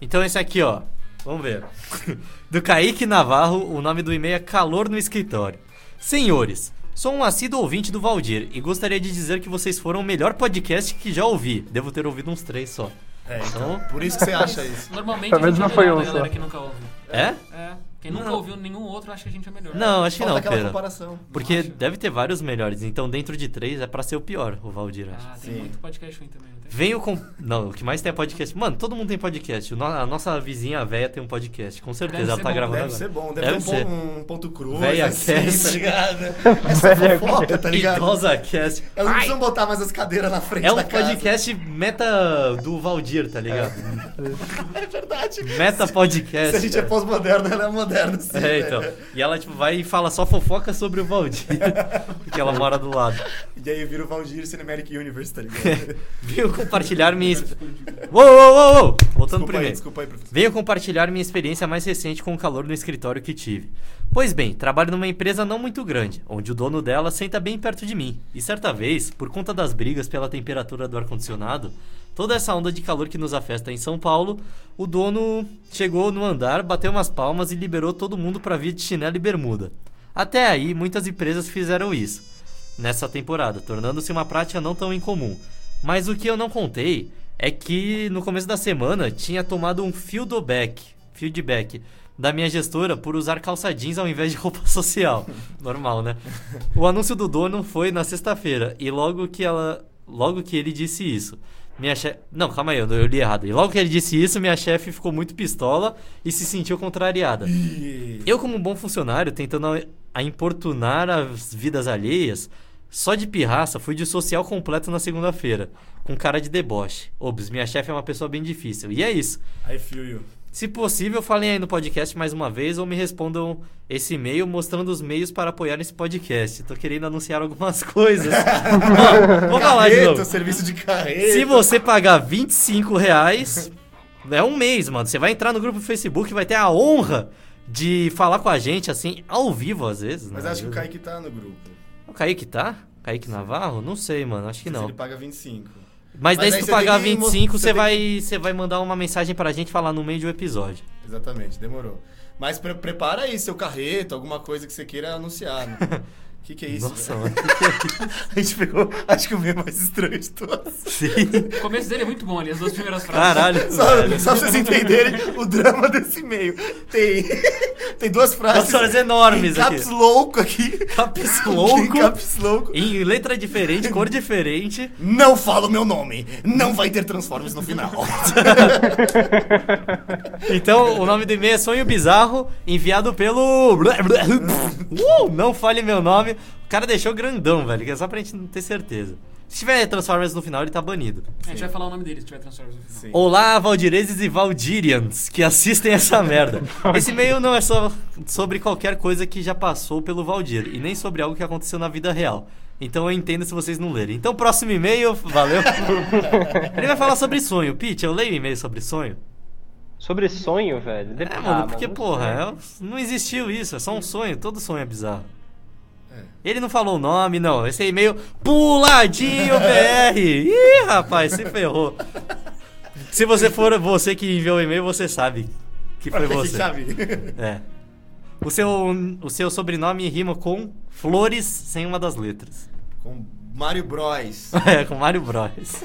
Speaker 1: Então esse aqui, ó. Vamos ver. Do Kaique Navarro, o nome do e-mail é Calor no Escritório. Senhores, sou um assíduo ouvinte do Valdir e gostaria de dizer que vocês foram o melhor podcast que já ouvi. Devo ter ouvido uns três só.
Speaker 2: É,
Speaker 1: Então,
Speaker 2: Por isso que você acha isso.
Speaker 3: Normalmente
Speaker 4: Pelo
Speaker 3: a gente
Speaker 4: menos não
Speaker 3: é
Speaker 4: foi
Speaker 3: melhor
Speaker 4: um
Speaker 3: da galera
Speaker 4: só.
Speaker 3: que nunca ouve.
Speaker 1: é?
Speaker 3: É. Quem nunca
Speaker 1: Não.
Speaker 3: ouviu nenhum outro acha que a gente é melhor.
Speaker 1: Não, acho que
Speaker 2: Falta
Speaker 1: não,
Speaker 2: aquela
Speaker 1: Pedro.
Speaker 2: comparação.
Speaker 1: Porque
Speaker 3: acho.
Speaker 1: deve ter vários melhores, então dentro de três é pra ser o pior, o Valdir, acho.
Speaker 3: Ah, tem
Speaker 2: Sim.
Speaker 3: muito podcast ruim também, não tem?
Speaker 1: Venho com. Não, o que mais tem é podcast. Mano, todo mundo tem podcast. O no- A nossa vizinha véia tem um podcast, com certeza.
Speaker 3: Deve
Speaker 1: Ela
Speaker 3: ser
Speaker 1: tá
Speaker 3: bom,
Speaker 1: gravando
Speaker 2: Deve
Speaker 1: agora.
Speaker 2: ser bom, deve,
Speaker 1: Deve
Speaker 2: ter um,
Speaker 1: ser.
Speaker 2: pon- um ponto cruz,
Speaker 1: Velha cast.
Speaker 2: tá ligado? Essa
Speaker 4: Velha
Speaker 2: fofoca, tá ligado?
Speaker 1: Idosa Cast.
Speaker 2: Elas não precisam botar mais as cadeiras na frente
Speaker 1: É um
Speaker 2: da casa.
Speaker 1: podcast meta do Valdir, tá ligado?
Speaker 2: É verdade.
Speaker 1: Meta podcast.
Speaker 2: Se a gente é pós-moderno, ela é moderna, sim.
Speaker 1: É, então.
Speaker 2: velho.
Speaker 1: E ela, tipo, vai e fala só fofoca sobre o Valdir. porque ela mora do lado.
Speaker 2: E aí vira o Valdir Cinematic Universe, tá ligado?
Speaker 1: Venho compartilhar minha. exp- Uou, uou, uou, uou! Voltando
Speaker 2: desculpa aí,
Speaker 1: primeiro.
Speaker 2: desculpa aí, professor.
Speaker 1: Venho compartilhar minha experiência mais recente com o calor no escritório que tive. Pois bem, trabalho numa empresa não muito grande, onde o dono dela senta bem perto de mim. E certa vez, por conta das brigas pela temperatura do ar-condicionado, toda essa onda de calor que nos afeta em São Paulo, o dono chegou no andar, bateu umas palmas e liberou todo mundo para vir de chinelo e bermuda. Até aí, muitas empresas fizeram isso nessa temporada, tornando-se uma prática não tão incomum. Mas o que eu não contei é que no começo da semana tinha tomado um feedback, feedback da minha gestora por usar calça jeans ao invés de roupa social. Normal, né? O anúncio do dono foi na sexta-feira e logo que ela, logo que ele disse isso, minha chefe, não, calma aí, eu eu li errado. E logo que ele disse isso, minha chefe ficou muito pistola e se sentiu contrariada.
Speaker 2: E...
Speaker 1: Eu, como um bom funcionário, tentando a- a importunar as vidas alheias, só de pirraça fui de social completo na segunda-feira, com cara de deboche. Obs, minha chefe é uma pessoa bem difícil. E é isso.
Speaker 2: I feel you.
Speaker 1: Se possível, falem aí no podcast mais uma vez ou me respondam esse e-mail mostrando os meios para apoiar esse podcast. Tô querendo anunciar algumas coisas. Ó, vou falar de
Speaker 2: Carreta,
Speaker 1: novo.
Speaker 2: serviço de carreta.
Speaker 1: Se você pagar 25 reais, é um mês, mano. Você vai entrar no grupo do Facebook, vai ter a honra de falar com a gente, assim, ao vivo, às vezes.
Speaker 2: Mas
Speaker 1: né?
Speaker 2: acho que o
Speaker 1: Às vezes.
Speaker 2: Kaique tá no grupo.
Speaker 1: O Kaique tá? Kaique Navarro? Não sei, mano. Acho que
Speaker 2: Se
Speaker 1: não.
Speaker 2: ele paga 25.
Speaker 1: Mas daí se
Speaker 2: Mas aí
Speaker 1: tu
Speaker 2: você tem
Speaker 1: pagar
Speaker 2: que mos-
Speaker 1: 25,
Speaker 2: você
Speaker 1: você
Speaker 2: tem
Speaker 1: vai, você vai mandar uma mensagem pra gente falar no meio do episódio.
Speaker 2: Exatamente, demorou. Mas pre- prepara aí seu carreto, alguma coisa que você queira anunciar. né? O que, que é isso?
Speaker 1: Nossa,
Speaker 2: velho?
Speaker 1: mano.
Speaker 2: A gente pegou, acho que o meio mais estranho de todos.
Speaker 1: Sim.
Speaker 3: O começo dele é muito bom ali, as duas primeiras frases.
Speaker 1: Caralho.
Speaker 2: Só,
Speaker 1: velho.
Speaker 2: só pra vocês entenderem o drama desse e-mail. Tem, tem duas frases.
Speaker 1: Duas frases enormes
Speaker 2: em caps
Speaker 1: aqui.
Speaker 2: louco aqui.
Speaker 1: Caps
Speaker 2: Em
Speaker 1: louco.
Speaker 2: caps louco.
Speaker 1: Em letra diferente, cor diferente.
Speaker 2: Não fala o meu nome. Não vai ter Transformers no final.
Speaker 1: Então, o nome do e-mail é Sonho Bizarro, enviado pelo. Uh, não fale meu nome. O cara deixou grandão, velho, que é só pra gente não ter certeza. Se tiver Transformers no final, ele tá banido.
Speaker 3: A gente vai falar o nome dele se tiver Transformers no final.
Speaker 2: Sim.
Speaker 1: Olá, Valdirezes e Valdirians que assistem essa merda. Esse e-mail não é só sobre qualquer coisa que já passou pelo Valdir e nem sobre algo que aconteceu na vida real. Então eu entendo se vocês não lerem. Então, próximo e-mail, valeu. Ele vai falar sobre sonho. Pete, eu leio e-mail sobre sonho?
Speaker 4: Sobre sonho, velho.
Speaker 1: É, mano, porque, porra, é- não existiu isso, é só um sonho, todo sonho é bizarro.
Speaker 2: É.
Speaker 1: Ele não falou o nome, não. Esse e-mail, puladinho BR. Ih, rapaz, se ferrou. Se você for você que enviou o e-mail, você sabe que foi
Speaker 2: Olha que
Speaker 1: você.
Speaker 2: chave.
Speaker 1: É. O seu, o seu sobrenome rima com flores sem uma das letras.
Speaker 2: Com Mario Bros.
Speaker 1: É, com Mário Bros.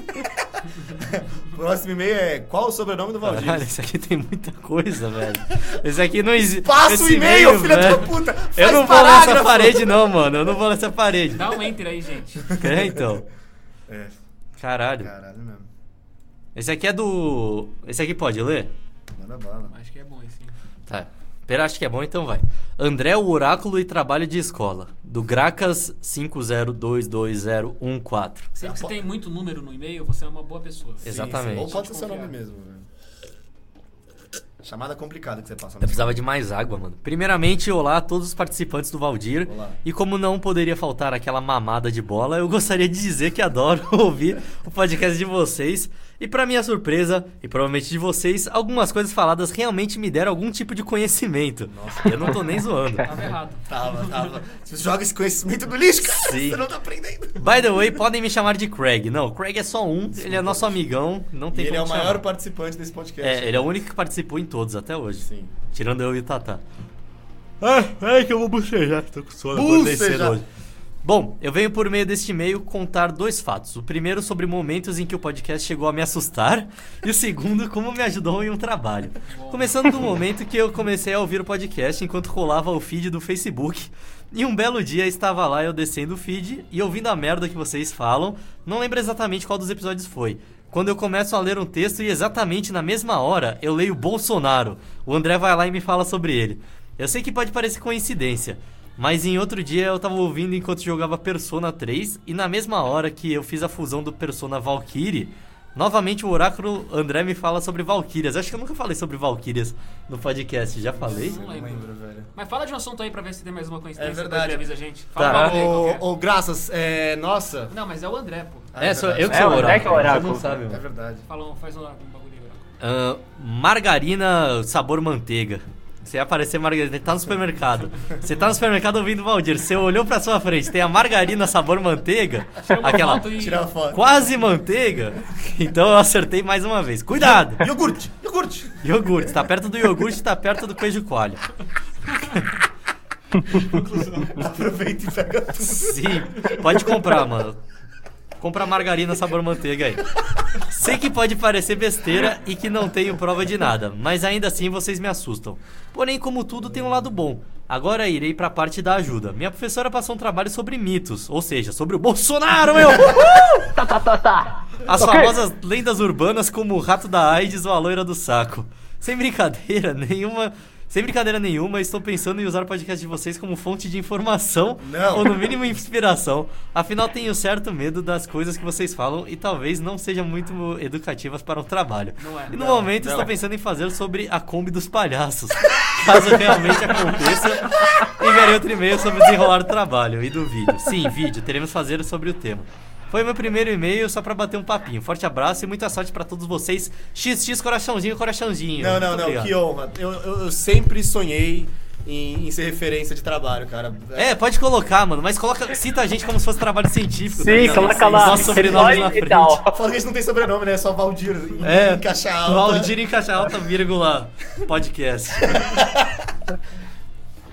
Speaker 2: Próximo e-mail é qual o sobrenome do Valdir?
Speaker 1: Caralho, esse aqui tem muita coisa, velho. Esse aqui não existe.
Speaker 2: Passa o
Speaker 1: esse
Speaker 2: e-mail, filha da
Speaker 1: velho.
Speaker 2: puta! Faz
Speaker 1: Eu não vou
Speaker 2: parágrafo.
Speaker 1: nessa parede, não, mano. Eu não vou nessa parede.
Speaker 3: Dá um enter aí, gente.
Speaker 1: É, então.
Speaker 2: É,
Speaker 1: Caralho.
Speaker 2: caralho mesmo.
Speaker 1: Esse aqui é do. Esse aqui pode ler?
Speaker 2: Manda bala.
Speaker 3: Acho que é bom esse. hein?
Speaker 1: Tá. Pera, acho que é bom, então vai. André, o oráculo e trabalho de escola. Do Gracas 50222014.
Speaker 3: Sempre que você tem muito número no e-mail, você é uma boa pessoa.
Speaker 1: Exatamente.
Speaker 2: Ou pode ser seu
Speaker 3: Desconfiar.
Speaker 2: nome mesmo, velho. Chamada complicada que você passa.
Speaker 1: Eu precisava de mais água, mano. Primeiramente, olá a todos os participantes do Valdir.
Speaker 2: Olá.
Speaker 1: E como não poderia faltar aquela mamada de bola, eu gostaria de dizer que adoro ouvir o podcast de vocês. E pra minha surpresa, e provavelmente de vocês, algumas coisas faladas realmente me deram algum tipo de conhecimento. Nossa. Eu não tô nem zoando.
Speaker 3: Tava errado.
Speaker 2: Tava, tava. Você joga esse conhecimento no lixo, cara.
Speaker 1: Sim.
Speaker 2: Você não tá aprendendo.
Speaker 1: By the way, podem me chamar de Craig. Não, Craig é só um, ele é nosso amigão, não
Speaker 2: E
Speaker 1: tem
Speaker 2: ele
Speaker 1: como
Speaker 2: é o
Speaker 1: te
Speaker 2: maior
Speaker 1: chamar.
Speaker 2: participante desse podcast.
Speaker 1: É, ele é o único que participou em todos até hoje.
Speaker 2: Sim.
Speaker 1: Tirando eu e o Tatá. Ai, É, que eu vou bocejar, tô com sono.
Speaker 2: acordei cedo hoje.
Speaker 1: Bom, eu venho por meio deste e-mail contar dois fatos. O primeiro sobre momentos em que o podcast chegou a me assustar. E o segundo, como me ajudou em um trabalho. Começando do momento que eu comecei a ouvir o podcast enquanto rolava o feed do Facebook. E um belo dia estava lá eu descendo o feed e ouvindo a merda que vocês falam. Não lembro exatamente qual dos episódios foi. Quando eu começo a ler um texto e exatamente na mesma hora eu leio Bolsonaro. O André vai lá e me fala sobre ele. Eu sei que pode parecer coincidência, mas em outro dia eu tava ouvindo enquanto jogava Persona 3 e na mesma hora que eu fiz a fusão do Persona Valkyrie, novamente o oráculo André me fala sobre Valkyrias. Acho que eu nunca falei sobre Valkyrias no podcast, já falei?
Speaker 2: Eu não
Speaker 3: lembro.
Speaker 2: lembro, velho.
Speaker 3: Mas fala de um assunto aí pra ver se tem mais uma coincidência.
Speaker 2: É verdade.
Speaker 3: depois Ele avisa a gente.
Speaker 1: Tá.
Speaker 3: Fala uma merda aí qualquer.
Speaker 2: Ô, ô, Graças, é. Nossa.
Speaker 3: Não, mas é o André, pô.
Speaker 2: Ah,
Speaker 1: É, sou eu que
Speaker 2: verdade.
Speaker 4: É,
Speaker 1: sou
Speaker 4: o
Speaker 1: o
Speaker 4: André que é o
Speaker 1: oráculo, você não sabe,
Speaker 2: É
Speaker 4: oráculo,
Speaker 1: mano.
Speaker 2: verdade.
Speaker 3: Fala, um- faz um, um bagulho aí, Braco.
Speaker 1: Ahn, margarina sabor Ah, manteiga. Você ia aparecer margarina, tá no supermercado. Você tá no supermercado ouvindo o Valdir, você olhou pra sua frente, tem a margarina sabor manteiga,
Speaker 3: Chama
Speaker 1: aquela
Speaker 3: foto e-
Speaker 2: Tirar a foto.
Speaker 1: quase manteiga. Então eu acertei mais uma vez. Cuidado!
Speaker 2: Iogurte, iogurte.
Speaker 1: Iogurte, tá perto do iogurte, tá perto do queijo coalho.
Speaker 2: Aproveita e pega tudo.
Speaker 1: Sim, pode comprar, mano. Compra margarina sabor manteiga aí. Sei que pode parecer besteira e que não tenho prova de nada, mas ainda assim vocês me assustam. Porém, como tudo, tem um lado bom. Agora irei pra parte da ajuda. Minha professora passou um trabalho sobre mitos, ou seja, sobre o Bolsonaro, meu!
Speaker 4: Tá, tá, tá, tá.
Speaker 1: As
Speaker 4: Ok.
Speaker 1: famosas lendas urbanas como o rato da AIDS ou a loira do saco. Sem brincadeira nenhuma, sem brincadeira nenhuma, estou pensando em usar o podcast de vocês como fonte de informação
Speaker 2: Não.
Speaker 1: ou no mínimo inspiração. Afinal, tenho certo medo das coisas que vocês falam e talvez não sejam muito educativas para o trabalho.
Speaker 3: Não é.
Speaker 1: E no
Speaker 3: Não,
Speaker 1: momento
Speaker 2: não
Speaker 1: estou
Speaker 2: é.
Speaker 1: pensando em fazer sobre a Kombi dos Palhaços. Caso realmente aconteça, enviarei outro e-mail sobre desenrolar o trabalho e do vídeo. Sim, vídeo, teremos que fazer sobre o tema. Foi meu primeiro e-mail só pra bater um papinho. Forte abraço e muita sorte pra todos vocês. XX coraçãozinho, coraçãozinho.
Speaker 2: Não, não,
Speaker 1: Muito
Speaker 2: não,
Speaker 1: obrigado.
Speaker 2: que honra. Eu, eu, eu sempre sonhei em, em ser referência de trabalho, cara.
Speaker 1: É, pode colocar, mano, mas coloca, cita a gente como se fosse trabalho científico. tá
Speaker 4: Sim,
Speaker 1: ligado?
Speaker 4: coloca lá. então.
Speaker 1: Nosso sobrenome na
Speaker 4: Eloy e
Speaker 1: frente.
Speaker 4: tal.
Speaker 2: Fala que a gente não tem sobrenome, né? É só Valdir. em-
Speaker 1: É,
Speaker 2: em caixa alta.
Speaker 1: Valdir em caixa alta, vírgula, podcast.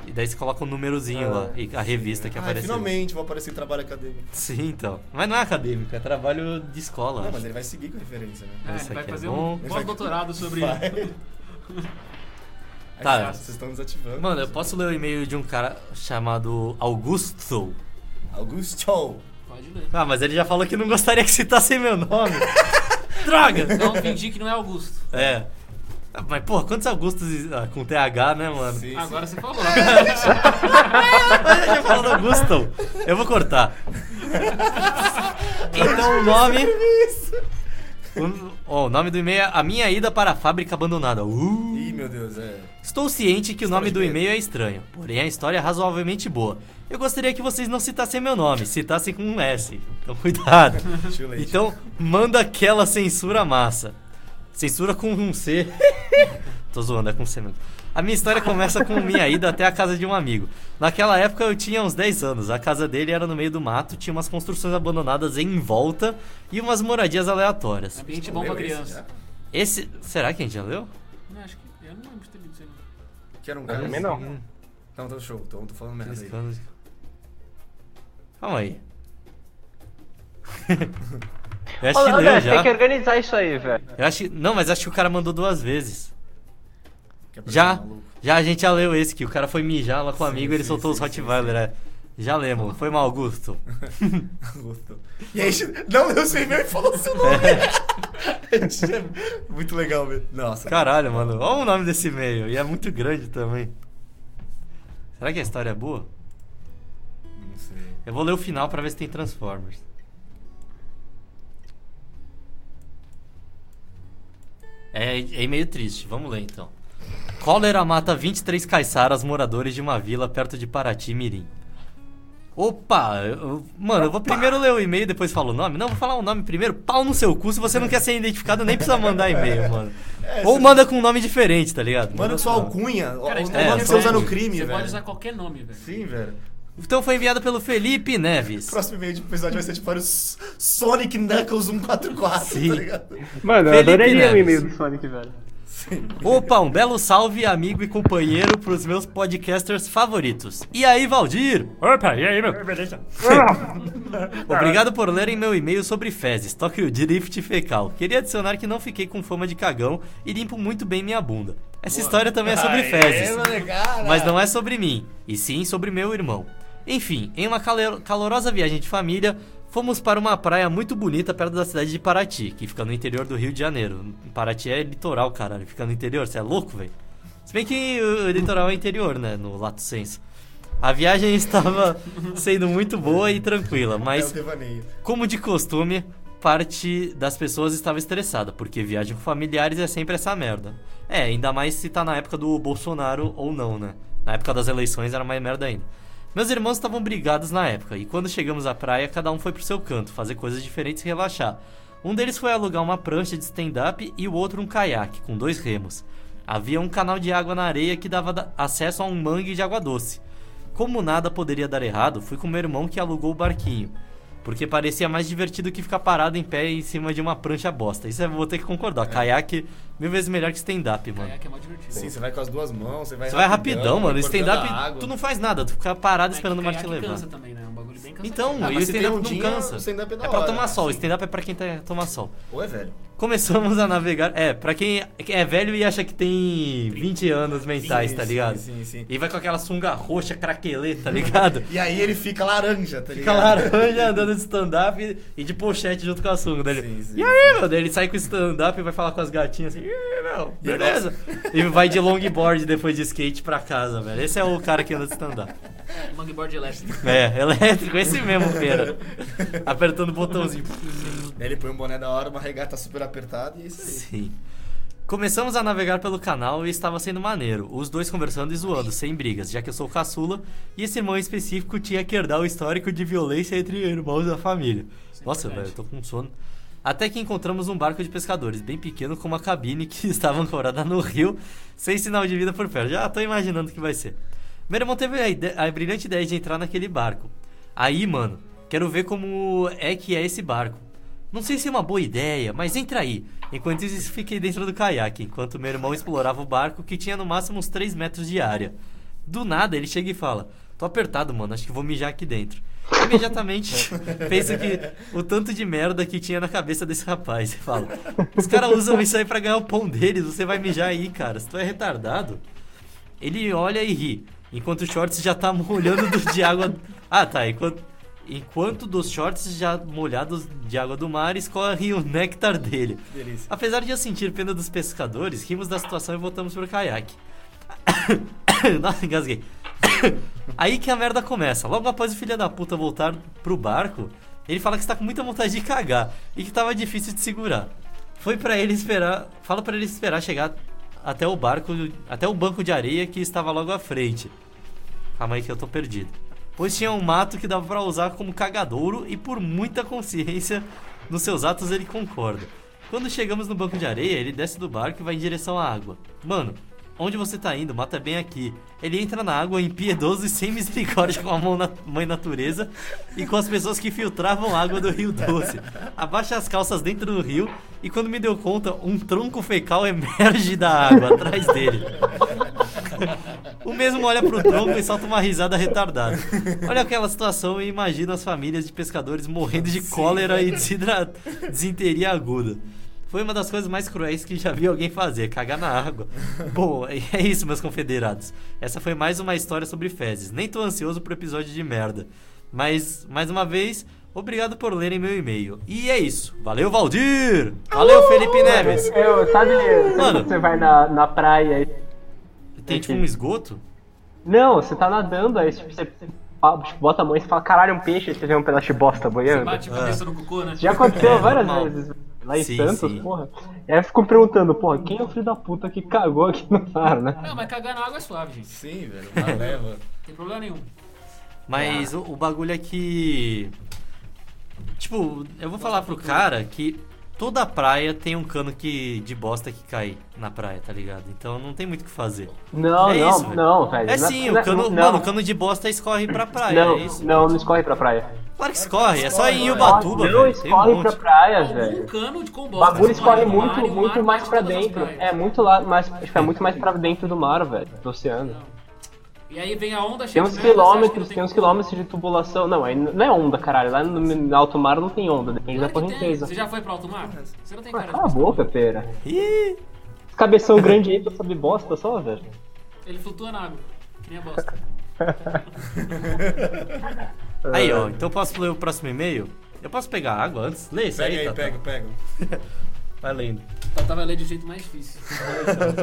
Speaker 1: e daí você coloca um númerozinho lá, e a revista que
Speaker 2: Ai,
Speaker 1: apareceu.
Speaker 2: Ah, finalmente vou aparecer em trabalho acadêmico.
Speaker 1: Sim, então. Mas não é acadêmico, é trabalho de escola.
Speaker 2: Não,
Speaker 1: acho.
Speaker 2: Ah, mas ele vai seguir com a referência, né?
Speaker 3: É,
Speaker 1: Isso
Speaker 3: vai
Speaker 1: aqui é
Speaker 3: fazer
Speaker 1: bom.
Speaker 3: um pós-doutorado sobre.
Speaker 2: Vai.
Speaker 1: Tá.
Speaker 2: Vocês estão desativando.
Speaker 1: Mano, eu posso ler o e-mail de um cara chamado Augusto.
Speaker 2: Augusto.
Speaker 3: Pode ler.
Speaker 1: Ah, mas ele já falou que não gostaria que citassem meu nome. Droga!
Speaker 3: Não fingir que não é Augusto.
Speaker 1: É. Ah, Mas, porra, quantos Augustos ah, com TH, né, mano?
Speaker 2: Sim,
Speaker 3: Agora
Speaker 2: sim.
Speaker 3: você falou.
Speaker 1: Mas é eu já falou do Augusto. Eu vou cortar. Então o nome. O, ó, o nome do e-mail é A Minha Ida para a Fábrica Abandonada. Uh.
Speaker 2: Ih, meu Deus, é.
Speaker 1: Estou ciente que o nome
Speaker 2: de
Speaker 1: do
Speaker 2: medo.
Speaker 1: e-mail é estranho, porém a história é razoavelmente boa. Eu gostaria que vocês não citassem meu nome, citassem com um S. Então cuidado.
Speaker 2: Tio Leite.
Speaker 1: Então manda aquela censura massa. Censura com um C. Tô zoando, é com C mesmo. A minha história começa com minha ida até a casa de um amigo. Naquela época eu tinha uns 10 anos. A casa dele era no meio do mato, tinha umas construções abandonadas em volta e umas moradias aleatórias.
Speaker 3: Ambiente bom pra
Speaker 2: Leu esse
Speaker 3: criança.
Speaker 1: Esse. Será que a gente já leu?
Speaker 3: Não, acho que. Eu não lembro de ter lido isso aí. não.
Speaker 2: já? Que era um
Speaker 4: Eu
Speaker 2: cara.
Speaker 4: também não.
Speaker 2: Não, tá show. Tô, tô falando merda aí.
Speaker 1: Piscando. Calma aí. eu acho que
Speaker 4: Ô,
Speaker 1: leu
Speaker 4: André, tem
Speaker 1: É já.
Speaker 4: que organizar isso aí, velho.
Speaker 1: Eu acho que... Não, mas acho que o cara mandou duas vezes.
Speaker 2: Quer parecer
Speaker 1: Já?
Speaker 2: um maluco.
Speaker 1: Já a gente já leu esse, que o cara foi mijar lá com o
Speaker 2: Sim,
Speaker 1: amigo e ele
Speaker 2: sim,
Speaker 1: soltou
Speaker 2: sim,
Speaker 1: os Rottweiler. é. Já lemos. Foi mal, Augusto.
Speaker 2: Augusto. E aí, não leu seu e-mail e falou seu nome. É. Muito legal mesmo. Nossa.
Speaker 1: Caralho, mano. Olha o nome desse e-mail. E é muito grande também. Será que a história é boa?
Speaker 2: Não sei.
Speaker 1: Eu vou ler o final pra ver se tem Transformers. É, é meio triste, vamos ler então. Cólera mata 23 caiçaras moradores de uma vila perto de Paraty, Mirim. Opa! eu- mano, eu vou primeiro ler o e-mail e depois falo o nome. Não, vou falar o nome primeiro. Pau no seu cu, se você não quer ser identificado, nem precisa mandar e-mail, mano.
Speaker 2: É,
Speaker 1: Ou
Speaker 2: você-
Speaker 1: manda com um nome diferente, tá ligado?
Speaker 2: Mano, sua alcunha. o-
Speaker 3: Cara,
Speaker 2: o
Speaker 3: isso
Speaker 1: é
Speaker 2: nome que você usa no
Speaker 1: verdade.
Speaker 2: crime,
Speaker 3: Você
Speaker 2: velho.
Speaker 3: pode usar qualquer nome, velho.
Speaker 2: Sim, velho.
Speaker 1: Então foi enviado pelo Felipe Neves.
Speaker 2: O próximo e-mail de episódio vai ser tipo para os Sonic Knuckles 144,
Speaker 1: Sim.
Speaker 2: tá ligado?
Speaker 4: Mano, eu
Speaker 1: Felipe
Speaker 4: adoraria o
Speaker 1: Neves.
Speaker 4: e-mail do Sonic, velho.
Speaker 1: Opa, um belo salve, amigo e companheiro, pros meus podcasters favoritos. E aí, Valdir?
Speaker 5: Opa, e aí, meu?
Speaker 1: Obrigado por lerem meu e-mail sobre fezes, Tokyo Drift fecal. Queria adicionar que não fiquei com fama de cagão e limpo muito bem minha bunda. Essa história também é sobre fezes, mas não é sobre mim, e sim sobre meu irmão. Enfim, em uma calo- calorosa viagem de família, fomos para uma praia muito bonita perto da cidade de Paraty, que fica no interior do Rio de Janeiro. Paraty é litoral, caralho, fica no interior, você é louco, velho? Se bem que o litoral é interior, né, no lato senso. A viagem estava sendo muito boa e tranquila,
Speaker 2: É o
Speaker 1: mas
Speaker 2: devaneio.
Speaker 1: como de costume, parte das pessoas estava estressada, porque viagem com familiares é sempre essa merda. É, ainda mais se tá na época do Bolsonaro ou não, né? Na época das eleições era mais merda ainda. Meus irmãos estavam brigados na época, e quando chegamos à praia, cada um foi pro seu canto, fazer coisas diferentes e relaxar. Um deles foi alugar uma prancha de stand-up e o outro um caiaque, com dois remos. Havia um canal de água na areia que dava da- acesso a um mangue de água doce. Como nada poderia dar errado, fui com meu irmão que alugou o barquinho. Porque parecia mais divertido que ficar parado em pé em cima de uma prancha bosta. Isso eu vou ter que
Speaker 2: É.
Speaker 1: concordar. Caiaque, mil vezes melhor que stand-up, mano.
Speaker 3: Caiaque é mó divertido.
Speaker 2: Sim, você vai com as duas mãos, você vai
Speaker 1: Você vai rapidão, mano.
Speaker 2: é né? cortando
Speaker 1: Stand-up,
Speaker 2: a água. Ah,
Speaker 1: tu não faz nada, tu fica parado
Speaker 3: É que
Speaker 1: esperando o mar te
Speaker 3: caiaque
Speaker 1: levar.
Speaker 3: cansa também, né? É um bagulho bem cansativo.
Speaker 1: Então,
Speaker 2: Ah,
Speaker 1: e o
Speaker 2: mas se tem
Speaker 1: stand-up não
Speaker 2: ondinha,
Speaker 1: cansa.
Speaker 2: o stand-up é da
Speaker 1: é pra
Speaker 2: hora.
Speaker 1: tomar sol, o stand-up é pra quem tá, tomar sol.
Speaker 2: Ou é velho.
Speaker 1: Começamos a navegar. É, pra quem é velho e acha que tem 20 anos mentais,
Speaker 2: Sim,
Speaker 1: tá
Speaker 2: sim,
Speaker 1: ligado?
Speaker 2: sim, sim.
Speaker 1: E vai com aquela sunga roxa, craquelê, tá ligado?
Speaker 2: E aí ele fica laranja, tá
Speaker 1: Fica
Speaker 2: ligado?
Speaker 1: laranja andando de stand-up e- e de pochete junto com a sunga dele.
Speaker 2: Sim, sim,
Speaker 1: e aí, meu? Daí ele sai com o stand-up e vai falar com as gatinhas assim, "Ih, meu, beleza. E vai de longboard depois de skate pra casa, velho. Esse é o cara que anda de stand-up.
Speaker 3: Mangboard elétrico.
Speaker 1: É, elétrico, esse mesmo, pera. Apertando o botãozinho.
Speaker 2: Daí ele põe um boné da hora, uma regata super apertada e é isso aí.
Speaker 1: Sim. Começamos a navegar pelo canal e estava sendo maneiro, os dois conversando e zoando, sem brigas, já que eu sou caçula e esse irmão em específico tinha que herdar o histórico de violência entre irmãos da família.
Speaker 3: Isso é
Speaker 1: Nossa,
Speaker 3: verdade.
Speaker 1: velho, eu tô com um sono. Até que encontramos um barco de pescadores, bem pequeno, com uma cabine que estava ancorada no rio, sem sinal de vida por perto. Já tô imaginando o que vai ser. Meu irmão teve a, ide- a brilhante ideia de entrar naquele barco. Aí, mano, quero ver como é que é esse barco. Não sei se é uma boa ideia, mas entra aí. Enquanto isso, fiquei dentro do caiaque, enquanto meu irmão explorava o barco, que tinha no máximo uns 3 metros de área. Do nada, ele chega e fala: Tô apertado, mano, acho que vou mijar aqui dentro. Imediatamente penso que o tanto de merda que tinha na cabeça desse rapaz. E fala: Os caras usam isso aí pra ganhar o pão deles, você vai mijar aí, cara, se tu é retardado. Ele olha e ri, enquanto o shorts já tá molhando do- de água. Ah, tá. Enquanto, enquanto dos shorts já molhados de água do mar escorre o néctar dele.
Speaker 2: Que delícia.
Speaker 1: Apesar de eu sentir pena dos pescadores, rimos da situação e voltamos pro caiaque. Nossa, engasguei. Aí que a merda começa. Logo após o filho da puta voltar pro barco, ele fala que está com muita vontade de cagar e que tava difícil de segurar. Foi pra ele esperar, fala pra ele esperar chegar até o barco, até o banco de areia que estava logo à frente. Calma aí que eu tô perdido. Pois tinha um mato que dava pra usar como cagadouro e por muita consciência nos seus atos ele concorda. Quando chegamos no banco de areia, ele desce do barco e vai em direção à água. Mano, onde você tá indo? O mato é bem aqui. Ele entra na água impiedoso e sem misericórdia com a mão na- mãe natureza e com as pessoas que filtravam a água do Rio Doce. Abaixa as calças dentro do rio e quando me deu conta, um tronco fecal emerge da água atrás dele. O mesmo olha pro tronco e solta uma risada retardada. Olha aquela situação e imagina as famílias de pescadores morrendo de cólera e desidra... desinteria aguda. Foi uma das coisas mais cruéis que já vi alguém fazer, cagar na água. Bom, é isso, meus confederados. Essa foi mais uma história sobre fezes. Nem tô ansioso pro episódio de merda. Mas, mais uma vez, obrigado por lerem meu e-mail. E é isso. Valeu, Valdir! Valeu, Felipe Neves!
Speaker 4: Eu, sabe, sabe
Speaker 1: Mano.
Speaker 4: quando você vai na, na praia e...
Speaker 1: Tem tipo um esgoto?
Speaker 4: Não, você tá nadando, aí tipo, você pa- tipo, bota a mão e você fala, caralho, um peixe, aí você vê um pedaço de bosta boiando.
Speaker 3: Bate a cabeça no cocô, né?
Speaker 4: É. Já aconteceu
Speaker 1: É,
Speaker 4: várias
Speaker 1: normal.
Speaker 4: vezes lá em
Speaker 1: Sim,
Speaker 4: Santos,
Speaker 1: sim.
Speaker 4: porra. E aí eu fico perguntando, porra, quem é o filho da puta que cagou aqui no mar, né?
Speaker 3: Não, mas cagar na água é suave, gente.
Speaker 2: Sim, velho. Uma leva.
Speaker 3: Não tem problema nenhum.
Speaker 1: Mas o, o bagulho é que. Tipo, eu vou falar pro cara que toda praia tem um cano que, de bosta que cai na praia, tá ligado? Então não tem muito o que fazer.
Speaker 4: Não,
Speaker 1: É
Speaker 4: não,
Speaker 1: isso, velho.
Speaker 4: não, velho.
Speaker 1: É
Speaker 4: Na-
Speaker 1: sim,
Speaker 4: na-
Speaker 1: o cano.
Speaker 4: não,
Speaker 1: Mano, o cano de bosta escorre pra praia,
Speaker 4: não,
Speaker 1: é isso?
Speaker 4: não, não escorre pra praia.
Speaker 1: Claro que escorre, é só em
Speaker 4: não
Speaker 1: Ubatuba, velho. Tem um
Speaker 4: escorre pra
Speaker 1: monte.
Speaker 4: praia,
Speaker 3: Algum
Speaker 4: velho.
Speaker 3: Um cano de com
Speaker 4: O
Speaker 3: bosta.
Speaker 4: É. bagulho escorre
Speaker 3: Mar,
Speaker 4: muito,
Speaker 3: mar,
Speaker 4: muito
Speaker 3: mar,
Speaker 4: mais
Speaker 3: quase
Speaker 4: pra
Speaker 3: todas as
Speaker 4: dentro.
Speaker 3: praias.
Speaker 4: É muito lá, mais, tipo, é muito mais pra dentro do mar, velho, do oceano.
Speaker 3: E aí vem a onda,
Speaker 4: Tem
Speaker 3: chega
Speaker 4: uns
Speaker 3: de merda, você acha que
Speaker 4: quilômetros,
Speaker 3: não
Speaker 4: tem uns
Speaker 3: como.
Speaker 4: quilômetros de tubulação. Não, aí não é onda, caralho. Lá no no alto mar não tem onda, depende da
Speaker 3: Claro é que tem.
Speaker 4: correnteza.
Speaker 3: Você já foi pro alto mar?
Speaker 2: Uhum.
Speaker 3: Você não tem
Speaker 4: Ah,
Speaker 3: cara
Speaker 4: cala a
Speaker 3: de...
Speaker 4: boca, pera.
Speaker 1: Ih,
Speaker 4: Esse cabeção grande aí pra saber bosta só, velho.
Speaker 3: Ele flutua na água. Que nem a bosta.
Speaker 4: É.
Speaker 1: Aí, ó, então posso ler o próximo e-mail? Eu posso pegar água antes? Lê isso aí,
Speaker 2: Pega aí,
Speaker 1: Tata.
Speaker 2: pega, pega.
Speaker 1: Vai lendo.
Speaker 3: Eu tava lendo de um jeito mais difícil.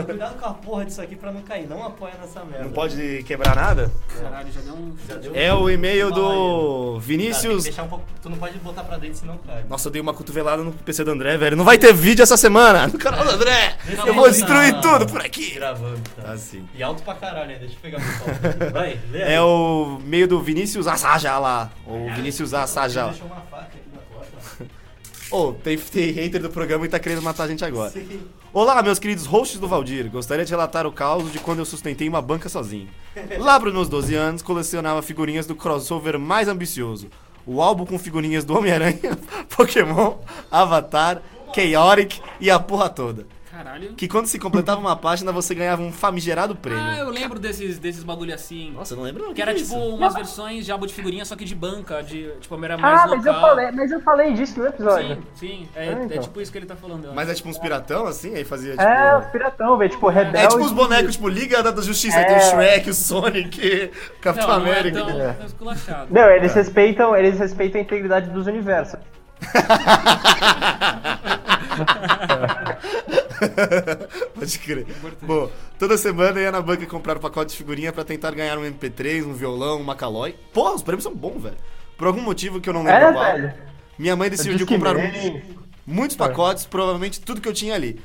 Speaker 1: Cuidado com a porra disso aqui pra não cair, não apoia nessa merda.
Speaker 2: Não pode quebrar nada?
Speaker 3: Caralho, já deu um...
Speaker 2: É o e-mail do Vinícius.
Speaker 1: um Tu não pode botar pra dentro senão cai.
Speaker 2: Nossa, eu dei uma cotovelada no PC do André, velho. Não vai ter vídeo essa semana no canal do André.
Speaker 1: Esse
Speaker 2: Eu
Speaker 1: aí
Speaker 2: vou
Speaker 1: tá
Speaker 2: destruir tudo por aqui.
Speaker 1: Gravando, tá?
Speaker 2: Assim.
Speaker 1: E alto pra caralho, né? Deixa eu pegar meu pau. Vai, lê. aí.
Speaker 2: É o É. meio do Vinícius Assaja lá. Ou Vinícius Assaja. É
Speaker 1: Deixou uma faca aqui na porta.
Speaker 2: Ô, tem, tem hater do programa e tá querendo matar a gente agora. Olá, meus queridos hosts do Valdir. Gostaria de relatar o caos de quando eu sustentei uma banca sozinho. Lá pros meus 12 anos, colecionava figurinhas do crossover mais ambicioso. O álbum com figurinhas do Homem-Aranha, Pokémon, Avatar, Chaotic e a porra toda.
Speaker 3: Caralho.
Speaker 2: Que quando se completava uma página, você ganhava um famigerado prêmio.
Speaker 3: Ah, eu lembro desses, desses bagulho assim.
Speaker 2: Nossa, eu não lembro não. é
Speaker 3: Que era tipo umas versões de álbum de figurinha, só que de banca, de tipo, era mais
Speaker 4: Ah, mas eu,
Speaker 3: local.
Speaker 4: falei, mas eu falei disso no episódio.
Speaker 3: Sim, sim. É,
Speaker 4: Ah,
Speaker 3: é
Speaker 4: então.
Speaker 3: tipo isso que ele tá falando. eu
Speaker 2: Mas
Speaker 3: acho.
Speaker 2: é tipo uns piratão, assim? Aí fazia tipo...
Speaker 4: É, os piratão, velho. Tipo, Rebelde.
Speaker 2: É tipo os bonecos, tipo Liga da da Justiça, aí tem o
Speaker 4: É.
Speaker 2: Shrek, o Sonic, o Capitão
Speaker 3: não, não é
Speaker 2: América.
Speaker 3: tão,
Speaker 4: É.
Speaker 3: tão esculachado.
Speaker 4: Não, eles respeitam, eles respeitam a integridade dos universos.
Speaker 2: Pode crer. Bom, toda semana eu ia na banca comprar um pacote de figurinha pra tentar ganhar um MP3, um violão, um Calói. Porra, os prêmios são bons, velho. Por algum motivo que eu não lembro
Speaker 4: É,
Speaker 2: qual,
Speaker 4: velho.
Speaker 2: minha mãe
Speaker 4: Eu
Speaker 2: decidiu
Speaker 4: disse que
Speaker 2: comprar
Speaker 4: nem-
Speaker 2: um- muitos pacotes, provavelmente tudo que eu tinha ali.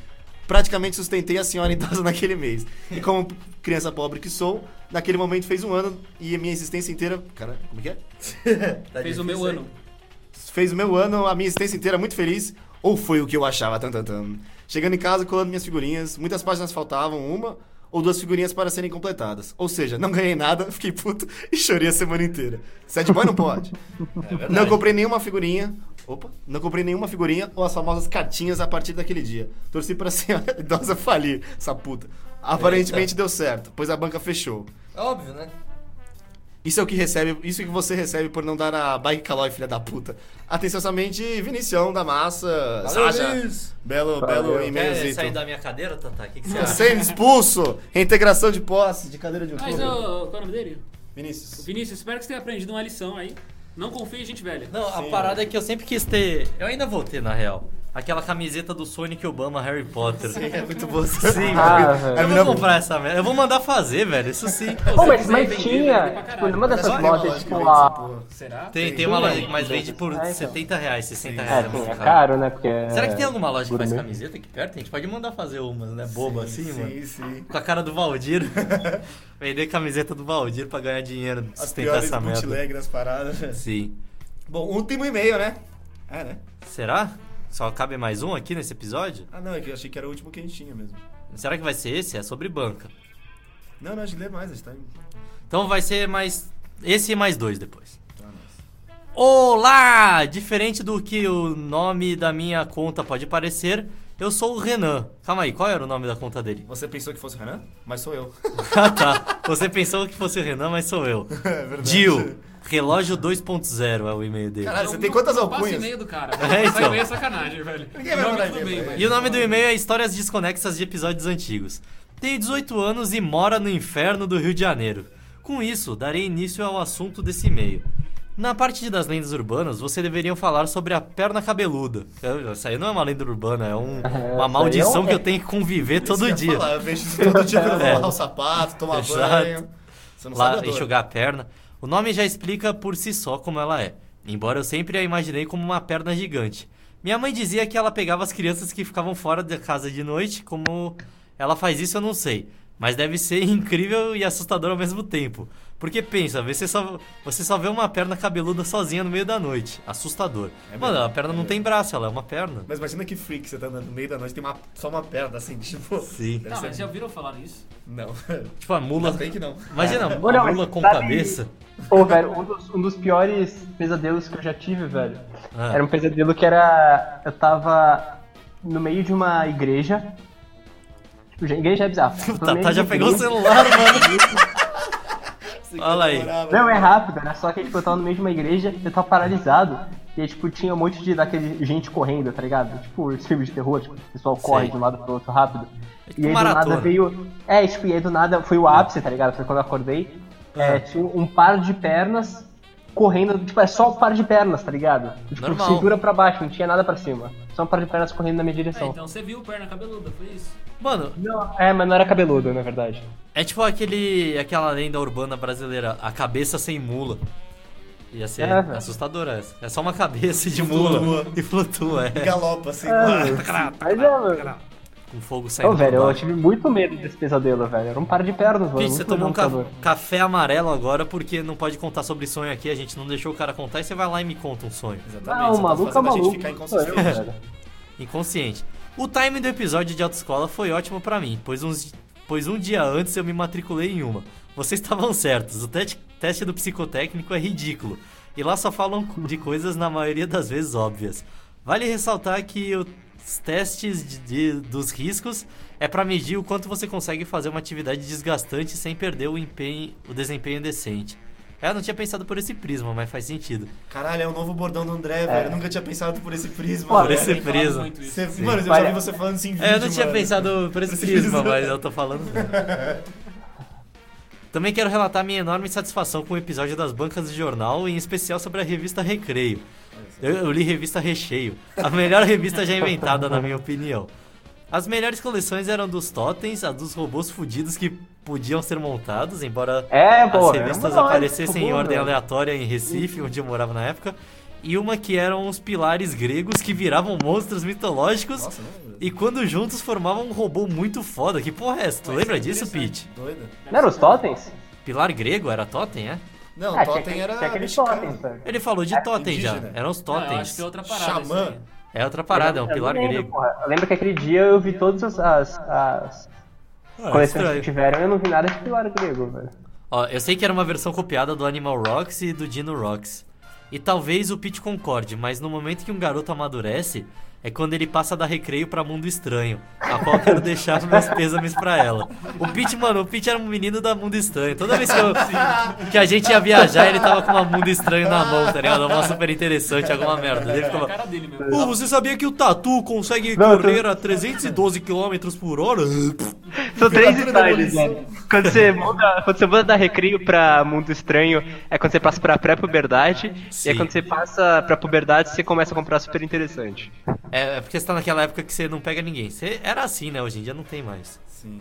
Speaker 2: Praticamente sustentei a senhora idosa naquele mês. E como criança pobre que sou, naquele momento fez um ano e a minha existência inteira... Cara, como é que é?
Speaker 3: Fez o meu ano.
Speaker 2: Fez o meu ano, a minha existência inteira muito feliz, ou foi o que eu achava, tan, tan, tan. Chegando em casa, colando minhas figurinhas, muitas páginas faltavam, uma ou duas figurinhas para serem completadas. Ou seja, não ganhei nada, fiquei puto e chorei a semana inteira. Sad boy não pode.
Speaker 1: É
Speaker 2: não comprei nenhuma figurinha. Opa, não comprei nenhuma figurinha ou as famosas cartinhas a partir daquele dia. Torci pra senhora idosa falir, essa puta. Aparentemente deu certo, pois a banca fechou.
Speaker 5: Óbvio, né?
Speaker 2: Isso é o que recebe, isso é o que você recebe por não dar a bike calói, filha da puta. Atenciosamente, Vinicião da Massa,
Speaker 5: Valeu,
Speaker 2: Sacha.
Speaker 5: Luiz.
Speaker 2: Belo,
Speaker 4: Valeu.
Speaker 2: belo
Speaker 5: Quer sair
Speaker 2: e-mailzito.
Speaker 5: da minha cadeira, Tata? O que, que você acha?
Speaker 2: Sendo expulso, reintegração de posse, de cadeira de
Speaker 3: Mas
Speaker 2: outubro.
Speaker 3: ô, qual é o nome dele?
Speaker 2: Vinícius.
Speaker 3: Vinícius, espero que você tenha aprendido uma lição aí. Não confie em gente velha.
Speaker 5: Não, a
Speaker 2: Sim.
Speaker 5: parada é que eu sempre quis ter.
Speaker 1: Eu ainda vou ter, na real. Aquela camiseta do Sonic Obama Harry Potter. Sim,
Speaker 2: É muito bom.
Speaker 1: velho.
Speaker 4: Ah,
Speaker 1: eu
Speaker 4: velho.
Speaker 1: vou comprar essa merda. Eu vou mandar fazer, velho. Isso sim.
Speaker 3: Pô,
Speaker 4: Pô,
Speaker 3: se
Speaker 4: mas,
Speaker 3: quiser
Speaker 4: mas
Speaker 3: vender, vender pra
Speaker 4: tinha,
Speaker 3: caralho.
Speaker 4: tipo, numa
Speaker 2: Mas
Speaker 4: dessas
Speaker 2: olha uma
Speaker 4: lojas,
Speaker 2: loja que
Speaker 4: tipo,
Speaker 2: vende essa
Speaker 4: a...
Speaker 2: porra.
Speaker 3: Será?
Speaker 1: Tem, tem
Speaker 2: Tem,
Speaker 1: uma
Speaker 2: né?
Speaker 1: loja que mais vende por
Speaker 4: Ah, então.
Speaker 1: 70 reais, 60
Speaker 4: É,
Speaker 1: reais.
Speaker 4: sim,
Speaker 1: muito
Speaker 4: é
Speaker 1: caro.
Speaker 4: caro, né? Porque...
Speaker 1: tipo- Será que tem alguma loja que faz
Speaker 4: gourmet.
Speaker 1: camiseta aqui perto? A gente pode mandar fazer umas, né? Boba assim,
Speaker 2: sim,
Speaker 1: mano.
Speaker 2: sim.
Speaker 1: Com a cara do Valdir. Vender camiseta do Valdir pra ganhar dinheiro,
Speaker 2: As
Speaker 1: sustentar
Speaker 2: piores
Speaker 1: essa merda.
Speaker 2: bootleg das paradas.
Speaker 1: Sim.
Speaker 2: Bom, último e-mail, né? É, né?
Speaker 1: Será? Só cabe mais um aqui nesse episódio?
Speaker 2: Ah, não, é que eu achei que era o último que a gente tinha mesmo.
Speaker 1: Será que vai ser esse? É sobre banca.
Speaker 2: Não, não, a gente lê mais, a gente tá em...
Speaker 1: Então vai ser mais. Esse e mais dois depois.
Speaker 2: Tá, nossa.
Speaker 1: Olá! Diferente do que o nome da minha conta pode parecer, eu sou o Renan. Calma aí, qual era o nome da conta dele?
Speaker 2: Você pensou que fosse o Renan? Mas sou eu.
Speaker 1: Ah, tá. Você pensou que fosse o Renan, mas sou eu.
Speaker 2: é verdade.
Speaker 1: Dio, relógio 2.0 é o e-mail dele.
Speaker 2: Caralho,
Speaker 3: Não-
Speaker 2: você tem
Speaker 3: não-
Speaker 2: quantas
Speaker 3: não passa
Speaker 2: alcunhas?
Speaker 3: e-mail do cara.
Speaker 1: É,
Speaker 3: Passa
Speaker 1: então.
Speaker 3: e-mail é sacanagem, velho.
Speaker 2: Ninguém vai mandar e-mail pra ele.
Speaker 1: E o nome do e-mail é Histórias Desconexas de Episódios Antigos. Tenho 18 anos e mora no inferno do Rio de Janeiro. Com isso, darei início ao assunto desse e-mail. Na parte de das lendas urbanas, você deveria falar sobre a perna cabeluda. Eu- Essa aí não é uma lenda urbana, é um-
Speaker 4: aí é
Speaker 1: uma
Speaker 4: um-
Speaker 1: maldição que eu tenho que conviver todo
Speaker 2: Isso que eu ia
Speaker 1: dia.
Speaker 2: falar, eu vejo isso todo dia quando eu
Speaker 1: É.
Speaker 2: vou lavar o sapato, tomar
Speaker 1: Exato.
Speaker 2: banho. Você não sabe a
Speaker 1: lá
Speaker 2: dor.
Speaker 1: enxugar a perna. O nome já explica por si só como ela é, embora eu sempre a imaginei como uma perna gigante. Minha mãe dizia que ela pegava as crianças que ficavam fora da casa de noite, como ela faz isso eu não sei, mas deve ser incrível e assustador ao mesmo tempo. Porque pensa, você só, você só vê uma perna cabeluda sozinha no meio da noite. Assustador. Mano, a perna não tem braço, ela é uma perna.
Speaker 2: Mas imagina que freak, você tá andando no meio da noite, tem uma, só uma perna assim, tipo...
Speaker 1: Sim.
Speaker 2: deve
Speaker 3: Não,
Speaker 2: ser-
Speaker 3: Tá, mas já ouviram falar isso?
Speaker 2: Não,
Speaker 1: Tipo, a mula.
Speaker 2: bem que não.
Speaker 1: Imagina,
Speaker 4: Ô, não,
Speaker 1: a
Speaker 4: mas
Speaker 1: mula com
Speaker 4: sabe-
Speaker 1: cabeça.
Speaker 4: Pô, velho, um dos, um dos piores pesadelos que eu já tive, velho.
Speaker 1: Ah.
Speaker 4: Era um pesadelo que era. Eu tava no meio de uma igreja. Tipo, já- igreja é bizarro. Eu tava no
Speaker 1: Tá,
Speaker 4: meio
Speaker 1: tá,
Speaker 4: de
Speaker 1: já
Speaker 4: uma
Speaker 1: pegou o
Speaker 4: igreja.
Speaker 1: celular, mano. Olha aí.
Speaker 4: Não, é rápido, né? Só que tipo, eu tava no meio de uma igreja, eu tava paralisado. E aí, tipo, tinha um monte de daquele gente correndo, tá ligado? Tipo, os filmes de terror, tipo, o pessoal corre
Speaker 1: Sei.
Speaker 4: de um lado pro outro rápido.
Speaker 1: tipo
Speaker 4: E aí do
Speaker 1: maratona.
Speaker 4: nada veio. É, tipo, e aí do nada foi o ápice, tá ligado? Foi quando eu acordei. É, tinha um par de pernas correndo, tipo, é só um par de pernas, tá ligado? Tipo,
Speaker 1: Normal.
Speaker 4: cintura pra baixo, não tinha nada pra cima. Só um par de pernas correndo na minha
Speaker 3: É,
Speaker 4: direção.
Speaker 3: então você viu perna cabeluda, foi isso?
Speaker 1: Mano,
Speaker 4: Não, é, mas não era cabeludo, na verdade.
Speaker 1: é tipo aquele, aquela lenda urbana brasileira, a cabeça sem mula. Ia ser
Speaker 4: É, velho.
Speaker 1: assustadora essa. É só uma cabeça de mula
Speaker 2: Flutua.
Speaker 1: e flutua, é.
Speaker 2: Galopa assim,
Speaker 4: É,
Speaker 2: lá.
Speaker 1: Ah,
Speaker 4: mas é, mano.
Speaker 1: com fogo saindo.
Speaker 4: Ô, velho,
Speaker 1: do
Speaker 4: eu
Speaker 1: lado.
Speaker 4: tive muito medo desse pesadelo, velho. Era um par de pernas, mano.
Speaker 1: Pete,
Speaker 4: muito
Speaker 1: você tomou um ca-
Speaker 4: assustador.
Speaker 1: café amarelo agora porque não pode contar sobre sonho aqui, a gente não deixou o cara contar e você vai lá e me conta um sonho.
Speaker 4: Ah, o
Speaker 2: você tá
Speaker 4: maluco é
Speaker 2: fazendo a gente
Speaker 4: maluco.
Speaker 2: ficar
Speaker 4: sou eu,
Speaker 2: inconsistente.
Speaker 4: velho.
Speaker 1: Inconsciente. O timing do episódio de autoescola foi ótimo pra mim, pois, uns, pois um dia antes eu me matriculei em uma. Vocês estavam certos, o tete- teste do psicotécnico é ridículo. E lá só falam de coisas na maioria das vezes óbvias. Vale ressaltar que os testes de- de- dos riscos é pra medir o quanto você consegue fazer uma atividade desgastante sem perder o, empenho, o desempenho decente. É, Eu não tinha pensado por esse prisma, mas faz sentido.
Speaker 2: Caralho, é o novo bordão do André, velho. Eu nunca tinha pensado por esse prisma.
Speaker 4: Olha,
Speaker 1: Por
Speaker 2: velho.
Speaker 1: esse prisma.
Speaker 2: Você- Mano, eu já
Speaker 4: Olha,
Speaker 2: vi você falando assim em vídeo,
Speaker 1: É, eu não tinha
Speaker 2: mano.
Speaker 1: pensado por esse prisma, mas eu tô falando. Também quero relatar minha enorme satisfação com o episódio das bancas de jornal, em especial sobre a revista Recreio. Eu, eu li revista Recheio, a melhor revista já inventada, na minha opinião. As melhores coleções eram dos totens, a dos robôs fudidos que podiam ser montados, embora
Speaker 4: É, pô.
Speaker 1: as
Speaker 4: é
Speaker 1: revistas
Speaker 4: uma né? hora,
Speaker 1: aparecessem
Speaker 4: ficou
Speaker 1: em
Speaker 4: bom,
Speaker 1: ordem
Speaker 4: velho.
Speaker 1: aleatória em Recife, onde eu morava na época, e uma que eram os pilares gregos que viravam monstros mitológicos
Speaker 2: Nossa, não lembro.
Speaker 1: e quando juntos formavam um robô muito foda. Que porra é essa? Tu lembra disso, Pete?
Speaker 2: Doido.
Speaker 4: Não eram os totens?
Speaker 1: Pilar grego era totem, é?
Speaker 2: Não,
Speaker 4: Ah, tinha
Speaker 2: Totem
Speaker 4: aquele- tá?
Speaker 2: era
Speaker 4: tinha aqueles
Speaker 2: mexicano.
Speaker 4: totens, velho.
Speaker 1: Ele é falou de totem já.
Speaker 2: indígena.
Speaker 1: Eram os
Speaker 3: Não, eu acho
Speaker 1: totens.
Speaker 3: que é outra parada. isso
Speaker 2: Xamã.
Speaker 3: aí.
Speaker 1: É outra parada, é um
Speaker 4: Eu não
Speaker 1: pilar
Speaker 4: lembro,
Speaker 1: grego.
Speaker 4: porra. Eu lembro que aquele dia eu vi todas as, as, as
Speaker 1: Ah,
Speaker 4: coleções que
Speaker 1: estranho.
Speaker 4: tiveram e eu não vi nada de pilar grego, velho.
Speaker 1: Ó, eu sei que era uma versão copiada do Animal Rocks e do Dino Rocks. E talvez o Pete concorde, mas no momento que um garoto amadurece, é quando ele passa da recreio pra mundo estranho. A qual eu quero deixar meus pêsames pra ela. O Pete, mano, o Pete era um menino da mundo estranho. Toda vez que, eu- que a gente ia viajar, ele tava com uma mundo estranho na mão, tá ligado? Uma super interessante, alguma merda. Ele
Speaker 3: É a
Speaker 1: ficava.
Speaker 3: cara dele mesmo.
Speaker 1: Pô, você sabia que o Tatu consegue
Speaker 4: Não, eu tô-
Speaker 1: correr a 312 km por hora?
Speaker 4: São três
Speaker 2: Criatura
Speaker 4: detalhes,
Speaker 2: da
Speaker 4: velho. Quando você, muda, quando você muda da recreio pra mundo estranho, é quando você passa pra pré-puberdade. E é
Speaker 1: Sim.
Speaker 4: quando você passa pra puberdade, você começa a comprar super interessante.
Speaker 1: É, é porque você tá naquela época que você não pega ninguém. Você era assim, né? Hoje em dia não tem mais.
Speaker 2: Sim.
Speaker 3: assim.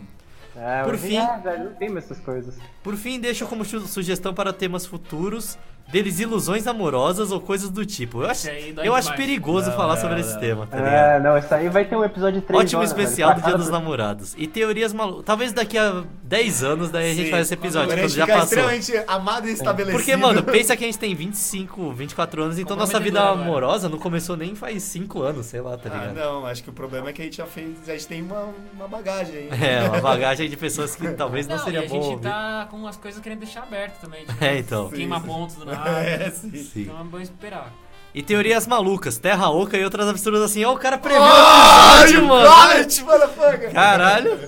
Speaker 4: É,
Speaker 1: Por
Speaker 4: mas-
Speaker 1: fim-
Speaker 4: Ah, velho, não tem mais essas coisas.
Speaker 1: Por fim, deixo como su- sugestão para temas futuros deles ilusões amorosas ou coisas do tipo. Eu acho,
Speaker 3: Isso aí dói
Speaker 1: eu acho
Speaker 3: demais.
Speaker 1: perigoso falar sobre esse tema, tá ligado?
Speaker 4: É, não, isso aí vai ter um episódio 3
Speaker 1: Ótimo especial do
Speaker 4: Ah,
Speaker 1: Dia dos Namorados. E teorias malucas. Talvez daqui a 10 anos daí a gente
Speaker 2: Sim,
Speaker 1: faz esse episódio,
Speaker 2: Quando a
Speaker 1: quando
Speaker 2: gente
Speaker 1: já
Speaker 2: ficar
Speaker 1: passou. É.
Speaker 2: extremamente amado e estabelecido.
Speaker 1: Porque, mano, pensa que a gente tem 25, 24 anos, então nossa vida
Speaker 3: Comprometedor agora.
Speaker 1: amorosa não começou nem faz 5 anos, sei lá, tá
Speaker 2: Ah,
Speaker 1: ligado?
Speaker 2: não, acho que o problema é que a gente já fez. A gente tem uma, uma bagagem aí.
Speaker 1: é, uma bagagem de pessoas que talvez não,
Speaker 3: Não,
Speaker 1: seria
Speaker 3: e a
Speaker 1: bom.
Speaker 3: gente
Speaker 1: ouvir.
Speaker 3: tá com as coisas querendo deixar aberto também. Tipo,
Speaker 1: É, então.
Speaker 3: Queima
Speaker 2: Sim.
Speaker 3: pontos do nada.
Speaker 2: É, sim.
Speaker 1: Sim.
Speaker 3: Então é bom esperar.
Speaker 1: E teorias malucas, terra oca e outras absurdas assim. Ó, o cara preveu o
Speaker 2: Ai,
Speaker 1: episódio, mano.
Speaker 2: Violet, motherfucker!
Speaker 1: Caralho.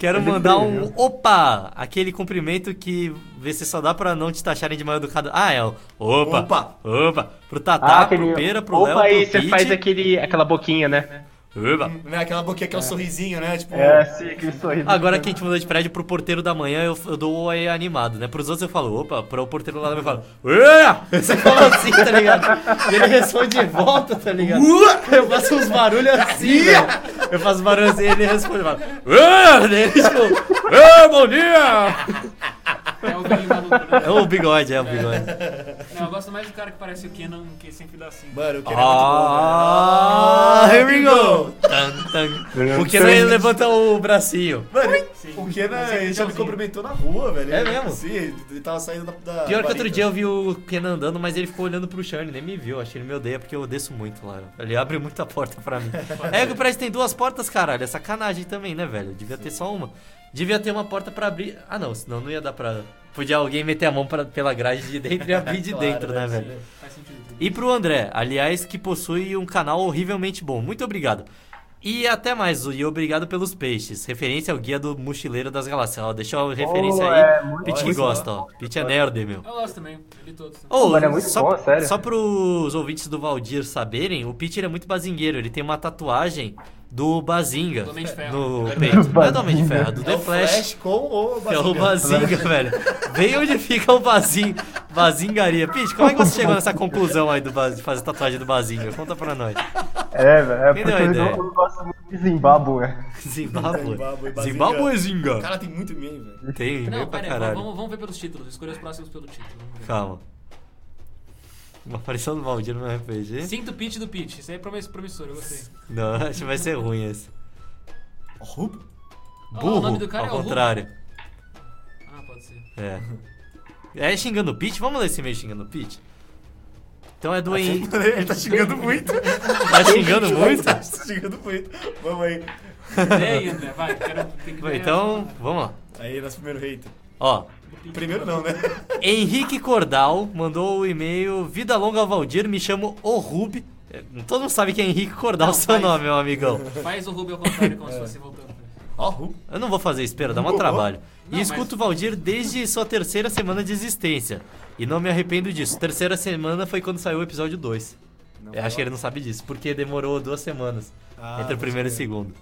Speaker 1: Quero mandar um opa, aquele cumprimento que vê se só dá pra não te taxarem de mal educado. Ah, é. o Opa. Opa.
Speaker 2: Opa.
Speaker 1: Pro Tatá,
Speaker 4: Ah, aquele...
Speaker 1: pro Pera, pro Léo, pro
Speaker 4: Opa, aí você
Speaker 1: Pete.
Speaker 4: faz aquele, aquela boquinha, né?
Speaker 1: Opa.
Speaker 2: Né, Aquela boquinha que é o sorrisinho, né? Tipo,
Speaker 4: É, sim, aquele sorriso.
Speaker 1: Agora que a gente mudou de prédio, pro porteiro da manhã eu, eu dou o oi animado, né? Pros outros eu falo, opa, pro porteiro lá da manhã eu falo, "Ué!" Você fala assim, tá ligado? E ele responde de volta, tá ligado? Eu faço uns barulhos assim, velho. Eu faço barulho assim e ele responde, fala, "Ué!" Daí ele tipo, "Ué, bom dia!
Speaker 3: É o velho maluco, né?
Speaker 1: É o bigode, é o bigode.
Speaker 3: Não, eu gosto mais do cara que parece o Kenan, que sempre dá assim.
Speaker 2: Mano, o que é
Speaker 1: Ah, here we go! Tan, tan. Porque não ele levanta o bracinho.
Speaker 2: Mano,
Speaker 3: Sim.
Speaker 2: o Kenan
Speaker 3: Mas é
Speaker 2: ele já me
Speaker 3: legalzinho.
Speaker 2: cumprimentou na rua, velho.
Speaker 1: É mesmo?
Speaker 2: Sim, ele tava saindo da. da
Speaker 1: Pior que outro
Speaker 2: varanda.
Speaker 1: dia eu vi o Kenan andando, mas ele ficou olhando pro Shane, nem me viu. Acho que ele me odeia porque eu desço muito lá. Ele abre muita porta pra mim. é que o prédio tem duas portas, caralho. É sacanagem também, né, velho? Devia ter só uma. Devia ter uma porta pra abrir. Ah, não, senão não ia dar pra. Podia alguém meter a mão pra- pela grade de dentro e abrir de
Speaker 2: Claro,
Speaker 1: dentro, né,
Speaker 2: né,
Speaker 1: velho?
Speaker 3: Faz sentido.
Speaker 1: E pro André, aliás, que possui um canal horrivelmente bom. Muito obrigado. E até mais, e obrigado pelos peixes. Referência ao guia do mochileiro das galáxias. Ó, deixa a referência aí.
Speaker 4: é, muito
Speaker 1: Pete que
Speaker 2: bom.
Speaker 1: gosta, ó. Pete é nerd, meu.
Speaker 3: Eu gosto também, eu li todos.
Speaker 1: Ô,
Speaker 4: Mano, é muito
Speaker 1: só,
Speaker 4: bom, sério.
Speaker 1: Só pros ouvintes do Valdir saberem, o Pete ele é muito bazingueiro. Ele tem uma tatuagem do Bazinga
Speaker 3: Do Homem de Ferro.
Speaker 1: no peito. Não é do Homem de Ferro, é do
Speaker 2: É
Speaker 1: The
Speaker 2: o Flash,
Speaker 1: Flash.
Speaker 2: com o
Speaker 1: É o
Speaker 2: Bazinga.
Speaker 1: Bazinga, velho. Vem onde fica o Bazinga. Bazingaria. Pete, como é que você chegou nessa conclusão aí do Ba- de fazer tatuagem do Bazinga? Conta pra nós.
Speaker 4: É, velho. É
Speaker 1: Quem
Speaker 4: porque
Speaker 1: deu a
Speaker 4: eu, não-
Speaker 1: ideia?
Speaker 4: eu gosto muito de Zimbábue. né?
Speaker 1: Zimbábue.
Speaker 2: Zimbábue, Bazinga.
Speaker 1: Zimbábue
Speaker 2: O
Speaker 1: Zinga.
Speaker 2: cara tem muito meme, velho.
Speaker 1: Tem,
Speaker 3: Não,
Speaker 1: meu pra
Speaker 3: pera aí,
Speaker 1: caralho.
Speaker 3: vamos, vamos ver pelos títulos. Escolha os próximos pelo título. Vamos ver.
Speaker 1: Calma. Uma aparição do Valdir no RPG?
Speaker 3: Sinto o pitch do pitch. Isso aí é promiss- promissor, eu gostei.
Speaker 1: Não, acho que vai ser ruim esse.
Speaker 2: Rubo?
Speaker 3: o
Speaker 1: Burro,
Speaker 3: nome do cara
Speaker 1: ao
Speaker 3: é o
Speaker 1: contrário.
Speaker 3: Ah, pode ser.
Speaker 1: É. É xingando o Pete? Vamos ler esse e-mail xingando o Pete? Então é do Henrique.
Speaker 2: Ele tá xingando muito.
Speaker 1: Tá xingando muito?
Speaker 2: tá xingando muito. Vamos aí.
Speaker 3: É ainda, vai, quero tem que
Speaker 1: Bom,
Speaker 3: ver.
Speaker 1: então, vamos lá.
Speaker 2: Aí, nosso primeiro hater.
Speaker 1: Ó,
Speaker 2: Primeiro não, né?
Speaker 1: Henrique Cordal mandou o e-mail Vida Longa Valdir, me chamo O Rub. É, Todo mundo sabe que é Henrique Cordal
Speaker 3: Não,
Speaker 1: seu
Speaker 3: mas-
Speaker 1: nome, meu amigão.
Speaker 3: Faz o Rubio ao contrário, como se fosse voltando. pra-
Speaker 1: É.
Speaker 2: Ó, Rubo.
Speaker 1: Eu não vou fazer isso, pera, dá um
Speaker 2: Não,
Speaker 1: trabalho.
Speaker 3: não,
Speaker 1: e
Speaker 3: mas-
Speaker 1: escuto o Valdir desde sua terceira semana de existência. E não me arrependo disso. Terceira semana foi quando saiu o episódio 2. Eu acho que ele não sabe disso, porque demorou duas semanas
Speaker 2: Ah,
Speaker 1: entre o
Speaker 2: pode
Speaker 1: primeiro e o
Speaker 2: crer.
Speaker 1: segundo.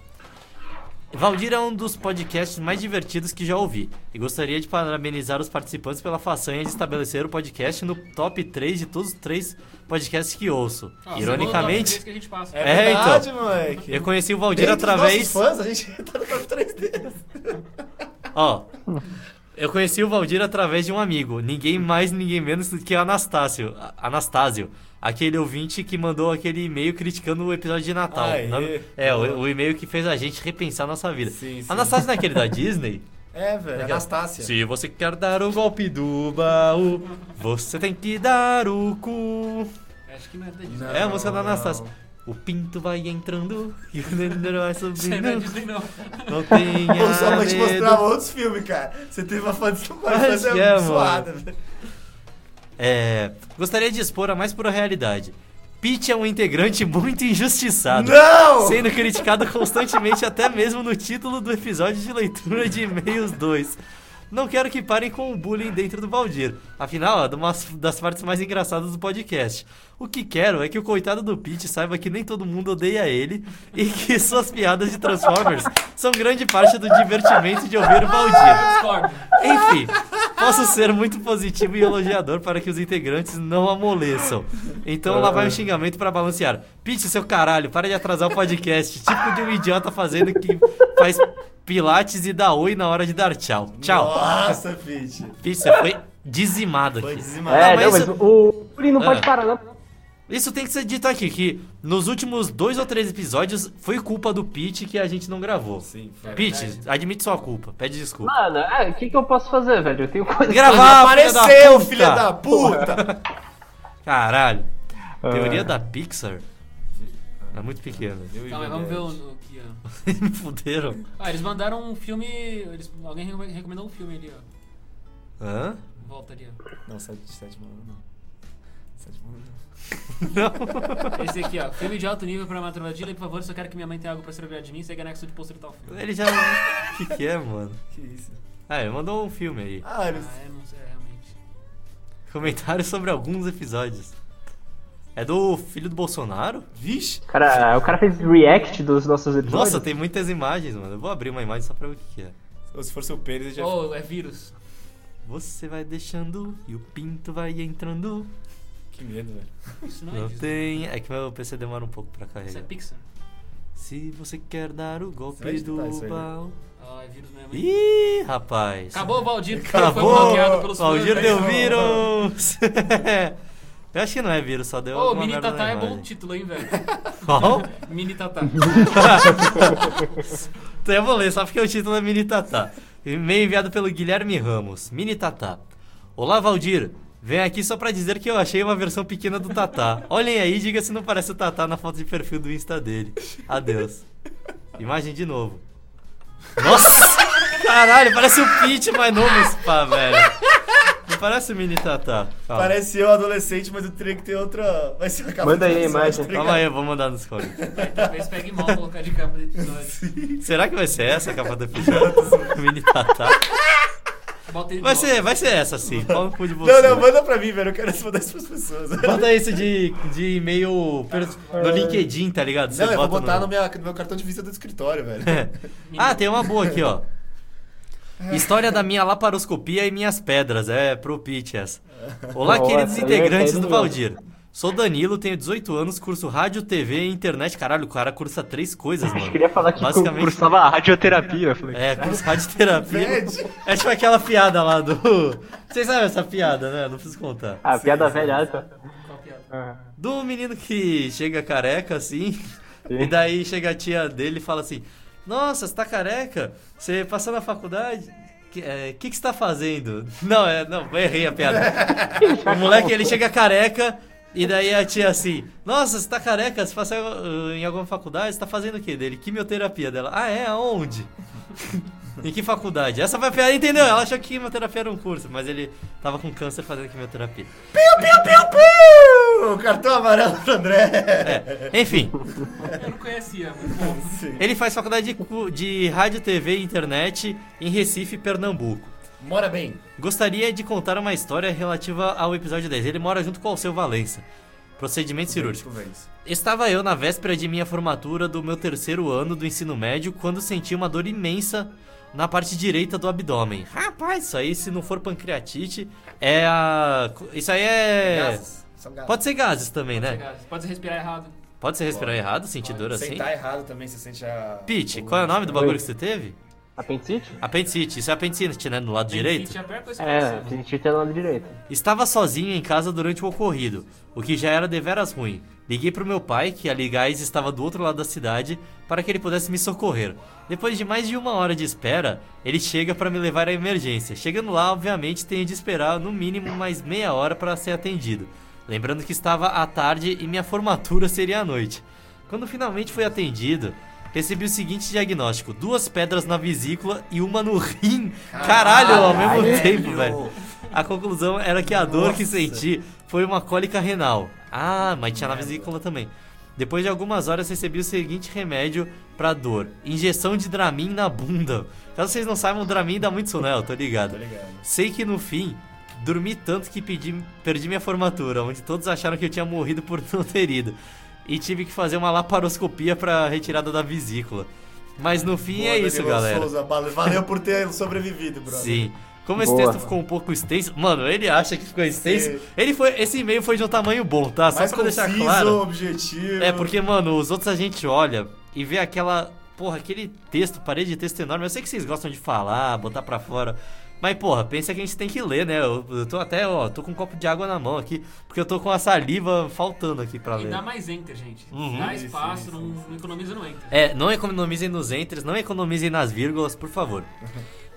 Speaker 1: Valdir é um dos podcasts mais divertidos que já ouvi. E gostaria de parabenizar os participantes pela façanha de estabelecer o podcast no top 3 de todos os três podcasts que ouço.
Speaker 3: Ah, segundo o top
Speaker 1: Ironicamente,
Speaker 3: três que a gente passa.
Speaker 1: É,
Speaker 2: verdade, moleque.
Speaker 1: eu conheci o Valdir
Speaker 2: Dentre os
Speaker 1: através.
Speaker 2: nossos fãs, a gente tá no top 3 deles.
Speaker 1: Ó. Eu conheci o Valdir através de um amigo, ninguém mais, ninguém menos do que Anastácio, A- Anastásio, aquele ouvinte que mandou aquele e-mail criticando o episódio de Natal.
Speaker 2: Aê.
Speaker 1: Não- é, o, o e-mail que fez a gente repensar nossa vida.
Speaker 2: Sim, sim.
Speaker 1: Anastácio não é aquele da Disney?
Speaker 2: É, velho.
Speaker 1: Aquela-
Speaker 2: Anastácia.
Speaker 1: Se você quer dar o golpe do baú, você tem que dar o cu.
Speaker 3: Acho que não é da Disney.
Speaker 2: Não,
Speaker 1: é a música da
Speaker 2: não.
Speaker 1: Anastácio. O pinto vai entrando e o neném vai
Speaker 3: Isso aí não é
Speaker 1: subindo.
Speaker 3: Disney, não.
Speaker 1: Não tenha
Speaker 2: Ou só pra te
Speaker 1: medo.
Speaker 2: mostrar outros filmes, cara. Você teve uma fã de São Paulo,
Speaker 1: Acho
Speaker 2: mas
Speaker 1: que é,
Speaker 2: é zoada, velho.
Speaker 1: É, gostaria de expor a mais pura realidade. Pete é um integrante muito injustiçado.
Speaker 2: Não!
Speaker 1: Sendo criticado constantemente até mesmo no título do episódio de leitura de e-mails 2. Não quero que parem com o bullying dentro do Valdir. Afinal, é de umas das partes mais engraçadas do podcast. O que quero é que o coitado do Pete saiba que nem todo mundo odeia ele e que suas piadas de Transformers são grande parte do divertimento de ouvir o Valdir.
Speaker 3: Discord.
Speaker 1: Enfim, posso ser muito positivo e elogiador para que os integrantes não amoleçam. Então lá vai um xingamento para balancear. Pete, seu caralho, para de atrasar o podcast. Tipo de um idiota fazendo que faz pilates e dá oi na hora de dar tchau. Tchau.
Speaker 2: Nossa, Pete.
Speaker 1: Pete, você foi dizimado
Speaker 2: Foi
Speaker 1: aqui.
Speaker 2: dizimado.
Speaker 4: É,
Speaker 1: Ah, Não,
Speaker 4: não,
Speaker 1: mas
Speaker 4: mas o Uri não
Speaker 1: Ah.
Speaker 4: pode parar, não.
Speaker 1: Isso tem que ser dito aqui, que nos últimos dois ou três episódios foi culpa do Pete que a gente não gravou.
Speaker 2: Sim, é foi.
Speaker 1: Pete, admite sua culpa, pede desculpa.
Speaker 4: Mano, é, o que, que eu posso fazer, velho? Eu tenho coisa.
Speaker 1: Gravar, filha
Speaker 2: Apareceu, filha
Speaker 1: da puta!
Speaker 2: da puta!
Speaker 1: Caralho.
Speaker 2: Ah.
Speaker 4: Ah.
Speaker 1: Teoria da Pixar? É muito pequena.
Speaker 3: Calma, aí, Tá, vamos ver o, o que, ó.
Speaker 1: Me fuderam.
Speaker 3: Ah, eles mandaram um filme. Eles, alguém recome- recomendou um filme ali, ó.
Speaker 1: Hã?
Speaker 3: Volta ali, ó.
Speaker 2: Não, sete, sete mano, não. Sete mano, não.
Speaker 3: Esse aqui, ó. Filme de alto nível pra uma trocadilha, e, por favor, só quero que minha mãe tenha algo pra celebrar de mim. Segue anexo tipo de posto de tal filme.
Speaker 1: Ele já. O que, que é, mano?
Speaker 2: Que isso?
Speaker 1: Ah, ele mandou um filme aí.
Speaker 2: Ah, ele...
Speaker 3: Ah, é, não sei, é, realmente.
Speaker 1: Comentário sobre alguns episódios. É do filho do Bolsonaro?
Speaker 2: Vixe!
Speaker 4: O cara, o cara fez react dos nossos episódios.
Speaker 1: Nossa, tem muitas imagens, mano. Eu vou abrir uma imagem só pra ver o que, que é.
Speaker 2: Ou se for seu pênis, ele já...
Speaker 3: Oh, é vírus.
Speaker 1: Você vai deixando e o pinto vai entrando.
Speaker 2: Que medo, velho.
Speaker 3: Isso não é
Speaker 1: Não
Speaker 3: Disney.
Speaker 1: tem. É que meu PC demora um pouco pra
Speaker 3: Isso é
Speaker 1: carregar.
Speaker 3: Pixar.
Speaker 1: Se você quer dar o
Speaker 2: Você vai
Speaker 1: golpe
Speaker 2: editar isso
Speaker 1: do
Speaker 2: aí, né?
Speaker 1: pau.
Speaker 3: Ó, é vírus mesmo. hein?
Speaker 1: Ih, rapaz.
Speaker 3: Acabou o Valdir, que foi
Speaker 1: Acabou!
Speaker 3: bloqueado pelos fãs,
Speaker 1: Valdir
Speaker 3: né?
Speaker 1: deu vírus! Eu acho que não é vírus, só deu.
Speaker 3: Ô,
Speaker 1: alguma
Speaker 3: Mini
Speaker 1: merda
Speaker 3: Tatá
Speaker 1: na
Speaker 3: é bom
Speaker 1: imagem.
Speaker 3: título, hein, velho?
Speaker 1: Qual?
Speaker 3: Mini Tatá.
Speaker 1: Então eu vou ler, só porque o título é Mini Tatá. E-mail enviado pelo Guilherme Ramos. Mini Tatá. Olá, Valdir. Vem aqui só pra dizer que eu achei uma versão pequena do Tatá. Olhem aí e diga se não parece o Tatá na foto de perfil do Insta dele. Adeus. Imagem de novo. Nossa! Caralho, parece o Pete mais novo, pá, velho. Não parece o Mini Tatá. Calma.
Speaker 2: Parece eu adolescente, mas eu teria que ter outra... Vai ser a capa
Speaker 4: Manda
Speaker 2: do
Speaker 4: aí a
Speaker 2: episódio,
Speaker 4: imagem.
Speaker 2: tá ligado?
Speaker 1: Calma aí, eu vou mandar nos comentários.
Speaker 3: Talvez pegue mal colocar de capa do episódio.
Speaker 1: Será que vai ser essa a capa do episódio? Mini Tatá.
Speaker 3: Bota ele de
Speaker 1: Vai
Speaker 3: volta.
Speaker 1: ser, vai ser essa sim. Pau no cu de você. né?
Speaker 2: Não, não, manda pra mim, velho. Eu quero responder isso pras pessoas.
Speaker 1: Bota isso de, de e-mail per- no LinkedIn, tá ligado? Você
Speaker 2: Não, eu vou
Speaker 1: bota
Speaker 2: botar no... minha- no meu cartão de visita do escritório, velho.
Speaker 1: É. Ah, tem uma boa aqui, ó. História da minha laparoscopia e minhas pedras. É, pro Pitch essa. Olá,
Speaker 4: Nossa,
Speaker 1: queridos
Speaker 2: é
Speaker 4: aí
Speaker 1: integrantes
Speaker 4: eu
Speaker 1: do
Speaker 4: quero
Speaker 1: Valdir. Sou Danilo, tenho 18 anos, curso rádio, TV e internet. Caralho, o cara cursa três coisas,
Speaker 4: Eu
Speaker 1: mano.
Speaker 4: queria falar que
Speaker 1: Basicamente-
Speaker 4: cursava a radioterapia. eu Falei.
Speaker 1: É, curso radioterapia.
Speaker 2: Verde.
Speaker 1: É tipo aquela piada lá do. Vocês sabem essa piada, né? Não preciso contar.
Speaker 4: Ah, piada velha. tá?
Speaker 3: Qual piada?
Speaker 4: Ah.
Speaker 1: Do menino que chega careca assim, e daí chega a tia dele e fala assim: Nossa, você tá careca? Você passou na faculdade? O que, é, que, que você tá fazendo? Não, é, não, eu errei a piada. O moleque, ele chega careca e daí a tia assim, nossa, você tá careca? Você passou uh, em alguma faculdade? Você tá fazendo o quê dele? Quimioterapia dela. Ah, é? Aonde? Em que faculdade? Essa foi a piada, entendeu? Ela achou que quimioterapia era um curso, mas ele tava com câncer fazendo quimioterapia.
Speaker 2: O cartão amarelo pro André.
Speaker 1: É, enfim,
Speaker 3: Eu não conhecia, mas bom.
Speaker 1: ele faz faculdade de, cu- de rádio, TV e internet em Recife, Pernambuco.
Speaker 5: Mora bem.
Speaker 1: Gostaria de contar uma história relativa ao episódio 10. Ele mora junto com o Alceu Valença. Procedimento cirúrgico.
Speaker 2: é
Speaker 1: Estava eu na véspera de minha formatura do meu terceiro ano do ensino médio quando senti uma dor imensa na parte direita do abdômen. Rapaz, isso aí se não for pancreatite é a isso aí é
Speaker 5: Gases. São gases.
Speaker 1: Pode ser gases também, né?
Speaker 3: tá Você Pode respirar errado.
Speaker 1: Pode ser respirar errado, sentir dor assim.
Speaker 2: tá
Speaker 5: Sentar errado também, você sente a.
Speaker 1: Pete, qual é o nome do bagulho que você teve?
Speaker 4: Apendicite?
Speaker 1: Apendicite. Isso é apendicite, né, no lado direito?
Speaker 3: Gente, aperta o
Speaker 4: É,
Speaker 3: espaço.
Speaker 4: apendicite é do lado direito.
Speaker 1: Estava sozinho em casa durante o ocorrido, o que já era deveras ruim. Liguei pro meu pai, que aligais estava do outro lado da cidade, para que ele pudesse me socorrer. Depois de mais de uma hora de espera, ele chega para me levar à emergência. Chegando lá, obviamente, tenho de esperar no mínimo mais meia hora para ser atendido. Lembrando que estava à tarde e minha formatura seria à noite. Quando finalmente fui atendido, recebi o seguinte diagnóstico: duas pedras na vesícula e uma no rim.
Speaker 2: Ah,
Speaker 1: Caralho, ao mesmo tempo, velho. A conclusão era que a dor que senti foi uma cólica renal. Ah, mas tinha na vesícula também. Depois de algumas horas recebi o seguinte remédio pra dor: injeção de Dramin na bunda. Caso vocês não saibam, Dramin dá muito sono, né? eu tô ligado. Sei que no fim dormi tanto que pedi- perdi minha formatura, onde todos acharam que eu tinha morrido por não ter ido. E tive que fazer uma laparoscopia pra retirada da vesícula. Mas no fim é isso, galera.
Speaker 2: valeu por ter sobrevivido, brother.
Speaker 1: Sim. Como esse
Speaker 4: Boa.
Speaker 1: texto ficou um pouco extenso, mano, ele acha que ficou extenso.
Speaker 2: Sim.
Speaker 1: Ele foi, esse e-mail foi de um tamanho bom, tá? Só
Speaker 2: Mais
Speaker 1: pra
Speaker 2: conciso,
Speaker 1: deixar claro.
Speaker 2: objetivo.
Speaker 1: É porque, mano, os outros a gente olha e vê aquela, porra, aquele texto, parede de texto enorme. Eu sei que vocês gostam de falar, botar pra fora. Mas, porra, pensa que a gente tem que ler, né? Eu, eu tô até, ó, tô com um copo de água na mão aqui, porque eu tô com a saliva faltando aqui pra
Speaker 3: E
Speaker 1: ler.
Speaker 3: dá mais enter, gente.
Speaker 1: Tá Uhum.
Speaker 3: Dá espaço, não, não economiza no enter.
Speaker 1: É, não economizem nos entres, não economizem nas vírgulas, por favor.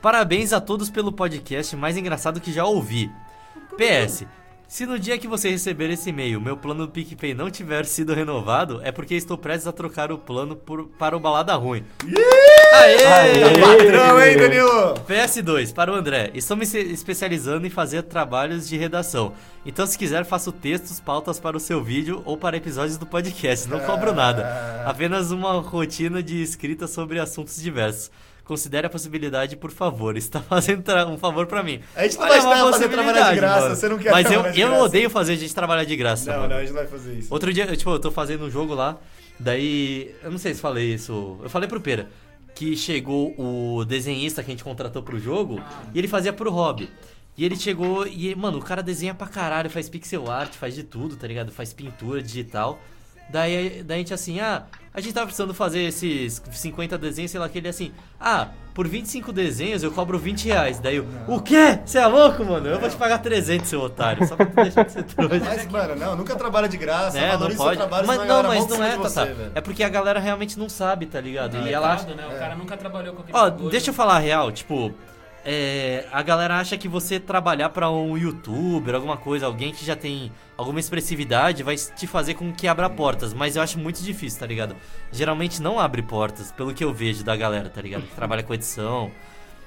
Speaker 1: Parabéns a todos pelo podcast mais engraçado que já ouvi. PS, se no dia que você receber esse e-mail, meu plano do PicPay não tiver sido renovado, é porque estou prestes a trocar o plano por- para o Balada Ruim. Aê!
Speaker 2: Padrão, É hein, Danilo?
Speaker 1: PS2, para o André. Estou me se- especializando em fazer trabalhos de redação. Então, se quiser, faço textos, pautas para o seu vídeo ou para episódios do podcast. Não cobro nada.
Speaker 2: Ah.
Speaker 1: Apenas uma rotina de escrita sobre assuntos diversos. Considere a possibilidade, por favor. Está fazendo tra- um favor para mim.
Speaker 2: A gente não
Speaker 1: Olha,
Speaker 2: vai
Speaker 1: é uma
Speaker 2: te dar pra fazer trabalho de
Speaker 1: possibilidade,
Speaker 2: graça,
Speaker 1: mano.
Speaker 2: você não quer
Speaker 1: Mas eu,
Speaker 2: trabalho de
Speaker 1: eu
Speaker 2: graça.
Speaker 1: odeio fazer a gente trabalhar de graça.
Speaker 2: Não,
Speaker 1: mano.
Speaker 2: não, a gente não vai fazer isso.
Speaker 1: Outro dia, eu, tipo, eu tô fazendo um jogo lá, daí. Eu não sei se falei isso. Eu falei pro Pera que chegou o desenhista que a gente contratou pro jogo e ele fazia pro hobby. E ele chegou e, mano, o cara desenha pra caralho, faz pixel art, faz de tudo, tá ligado? Faz pintura digital. Daí, daí a gente assim, ah, a gente tava precisando fazer esses 50 desenhos, sei lá, que ele assim, ah, por 25 desenhos eu cobro 20 reais. Daí eu, o quê? Você é louco, mano? Eu vou te pagar 300, seu otário, só pra tu deixar de ser trouxa.
Speaker 2: Mas, mano, não, nunca trabalha de graça,
Speaker 1: É, não
Speaker 2: valoriza
Speaker 1: pode.
Speaker 2: seu trabalho,
Speaker 1: Mas
Speaker 2: senão a
Speaker 1: não,
Speaker 2: galera
Speaker 1: mas
Speaker 2: volta
Speaker 1: não
Speaker 2: em
Speaker 1: é,
Speaker 2: cima de
Speaker 1: Tata.
Speaker 2: você, velho. é
Speaker 1: É porque a galera realmente não sabe, tá ligado? e ela acha.
Speaker 2: um
Speaker 1: É.
Speaker 3: Mercado, né? O cara nunca trabalhou com aquele
Speaker 1: Ó,
Speaker 3: bagulho.
Speaker 1: deixa eu falar a real, tipo. é, a galera acha que você trabalhar pra um youtuber, alguma coisa, alguém que já tem alguma expressividade, vai te fazer com que abra portas. Mas eu acho muito difícil, tá ligado? Geralmente não abre portas, pelo que eu vejo da galera, tá ligado? Que trabalha com edição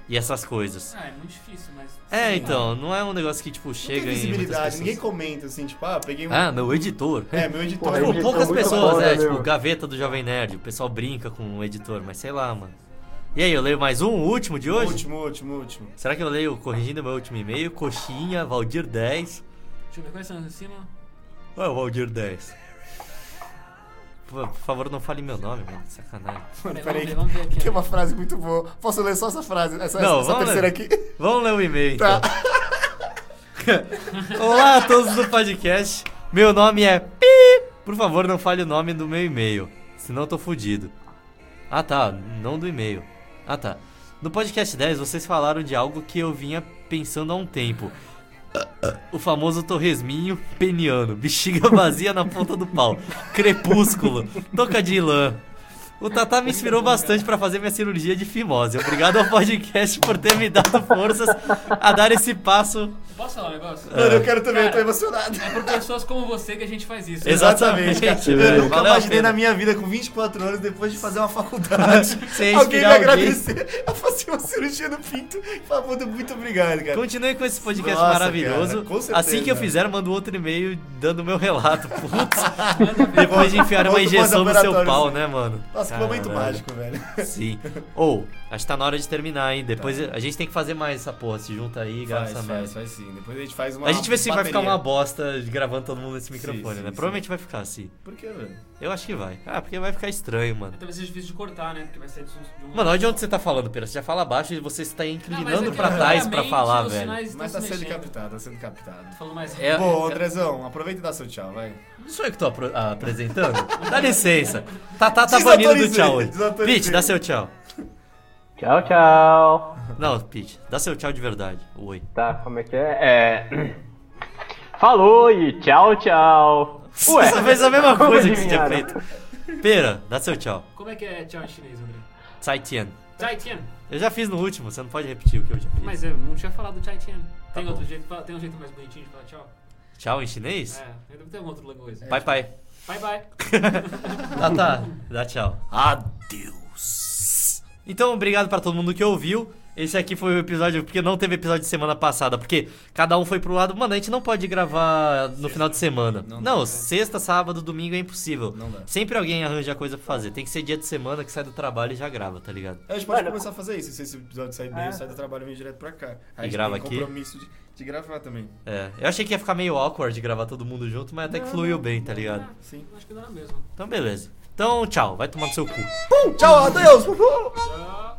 Speaker 1: e essas coisas.
Speaker 3: Ah, é muito difícil, mas.
Speaker 1: É,
Speaker 3: sei lá.
Speaker 1: então, não é um negócio que, tipo,
Speaker 2: Não tem
Speaker 1: chega em. muitas
Speaker 2: visibilidade, ninguém
Speaker 1: pessoas.
Speaker 2: comenta assim, tipo, ah, peguei um.
Speaker 1: Ah, meu editor.
Speaker 2: É, meu editor.
Speaker 4: Porra,
Speaker 2: é
Speaker 1: Tipo,
Speaker 4: eu
Speaker 2: um-
Speaker 4: editor
Speaker 1: poucas
Speaker 4: muito
Speaker 1: pessoas,
Speaker 4: foda,
Speaker 1: é,
Speaker 4: meu.
Speaker 1: tipo, gaveta do Jovem Nerd. O pessoal brinca com o editor, mas sei lá, mano. E aí, eu leio mais um, o último de hoje?
Speaker 2: Último, último, último.
Speaker 1: Será que eu leio corrigindo meu último e-mail? Coxinha, Valdir 10.
Speaker 3: Deixa eu ver quais são os em cima.
Speaker 1: Ou é o Valdir 10? Por, por favor, não fale meu nome, mano. Sacanagem.
Speaker 2: Mano,
Speaker 3: Peraí,
Speaker 2: peraí. que-
Speaker 3: vamos ver, vamos ver aqui.
Speaker 2: Tem uma frase muito boa. Posso ler só essa frase? né? Essa,
Speaker 1: Não,
Speaker 2: essa
Speaker 1: vamos ler.
Speaker 2: terceira aqui?
Speaker 1: Vamos ler o e-mail, então.
Speaker 2: Tá.
Speaker 1: Olá a todos do podcast. Meu nome é Pi. Por favor, não fale o nome do meu e-mail, senão eu tô fudido. Ah tá, não do e-mail. Ah tá. No podcast 10 vocês falaram de algo que eu vinha pensando há um tempo. O famoso torresminho peniano, bexiga vazia na ponta do pau, crepúsculo, toca de lã. O Tatá me inspirou bastante pra fazer minha cirurgia de fimose. Obrigado ao podcast por ter me dado forças a dar esse passo.
Speaker 3: Posso falar um negócio?
Speaker 2: Mano, eu quero também, eu tô
Speaker 3: Cara,
Speaker 2: emocionado.
Speaker 3: É por pessoas como você que a gente faz isso. né?
Speaker 1: Exatamente, cara.
Speaker 2: Eu nunca
Speaker 1: Valeu a
Speaker 2: imaginei
Speaker 1: pena.
Speaker 2: na minha vida, com 24 anos, depois de fazer uma faculdade,
Speaker 1: Você ia
Speaker 2: alguém me
Speaker 1: inspirar alguém.
Speaker 2: agradecer. Eu fazer uma cirurgia no pinto. Por favor, muito obrigado, cara.
Speaker 1: Continue com esse podcast
Speaker 2: Nossa,
Speaker 1: maravilhoso.
Speaker 2: cara, com certeza.
Speaker 1: assim que eu fizer, eu mando outro e-mail dando meu relato. Putz, depois de enfiar uma
Speaker 2: Volta pro
Speaker 1: injeção no seu
Speaker 2: pós-operatório,
Speaker 1: pau,
Speaker 2: sim.
Speaker 1: né, mano?
Speaker 2: Nossa, que momento
Speaker 1: Caralho.
Speaker 2: mágico, velho.
Speaker 1: Sim. Ou, acho que tá na hora de terminar, hein? Depois a gente tem que fazer mais essa porra. Se junta aí, grava
Speaker 2: Faz,
Speaker 1: essa
Speaker 2: faz,
Speaker 1: merda.
Speaker 2: faz sim. Depois a gente faz uma
Speaker 1: A gente vê se vai ficar
Speaker 2: bateria.
Speaker 1: uma bosta gravando todo mundo nesse microfone,
Speaker 2: sim,
Speaker 1: né?
Speaker 2: sim.
Speaker 1: Provavelmente vai ficar assim.
Speaker 2: Por que, velho?
Speaker 1: Eu acho que vai. Ah, porque vai ficar estranho, mano.
Speaker 3: Talvez seja Então difícil de cortar, né? Porque vai ser de um... de um-
Speaker 1: Mano, olha de onde você tá falando, Pera. Você já fala baixo e você está
Speaker 3: Não, mas
Speaker 1: inclinando
Speaker 3: é que
Speaker 1: pra trás pra
Speaker 3: claramente
Speaker 1: falar,
Speaker 3: os
Speaker 1: velho.
Speaker 3: sinais estão
Speaker 2: Mas
Speaker 3: se
Speaker 2: tá sendo
Speaker 3: mexendo.
Speaker 2: captado, tá sendo captado.
Speaker 3: Falando mais
Speaker 1: É-
Speaker 2: Tá Bom, Andrezão, aproveita e dá seu tchau, vai.
Speaker 1: Não sou eu que tô apro- ah, apresentando? Dá licença. Tatá tá banido do
Speaker 2: Desautorizei,
Speaker 1: tchau hoje.
Speaker 2: desautorizei.
Speaker 1: Pete, dá seu tchau.
Speaker 4: Tchau, tchau.
Speaker 1: Não, Pete, dá seu tchau de verdade. Oi.
Speaker 4: Tá, como é que é? É. Falou e tchau, tchau. Ué,
Speaker 1: você fez é a mesma
Speaker 4: como é
Speaker 1: coisa
Speaker 4: assim, né?
Speaker 1: que você tinha feito.
Speaker 4: adivinharam?
Speaker 1: Pera, dá seu tchau.
Speaker 3: Como é que é tchau em chinês, André?
Speaker 1: Sai Tian.
Speaker 3: Chai Tian.
Speaker 1: Eu já fiz no último, você não pode repetir o que eu já fiz.
Speaker 3: Mas eu não tinha falado Chai Tian. Tem
Speaker 1: Tá bom.
Speaker 3: outro jeito, tem um jeito mais bonitinho de falar tchau?
Speaker 1: Tchau em chinês?
Speaker 3: É, deve ter alguma outra coisa.
Speaker 1: Pai, pai.
Speaker 3: Bye bye.
Speaker 1: Tá, tá. Dá tchau.
Speaker 2: Adeus.
Speaker 1: Então, obrigado pra todo mundo que ouviu. Esse aqui foi o episódio, porque não teve episódio de semana passada, porque cada um foi pro lado. Mano, a gente não pode gravar no final de semana. Não,
Speaker 2: Não é. dá.
Speaker 1: sexta, sábado, domingo é impossível.
Speaker 2: Não dá.
Speaker 1: Sempre alguém arranja coisa pra fazer. Tem que ser dia de semana que sai do trabalho e já grava, tá ligado?
Speaker 2: A gente pode
Speaker 4: Mano,
Speaker 2: começar a fazer isso. Se esse episódio sair bem, sai do trabalho e vem direto pra cá.
Speaker 1: E
Speaker 2: Aí a gente
Speaker 1: grava
Speaker 2: tem
Speaker 1: aqui.
Speaker 2: compromisso de, de gravar também.
Speaker 1: É. Eu achei que ia ficar meio awkward gravar todo mundo junto, mas até que fluiu bem, tá ligado?
Speaker 2: Sim.
Speaker 3: Acho que não era mesmo.
Speaker 1: Então, beleza. Então, tchau. Vai tomar no seu cu.
Speaker 2: Tchau, adeus.
Speaker 3: Tchau.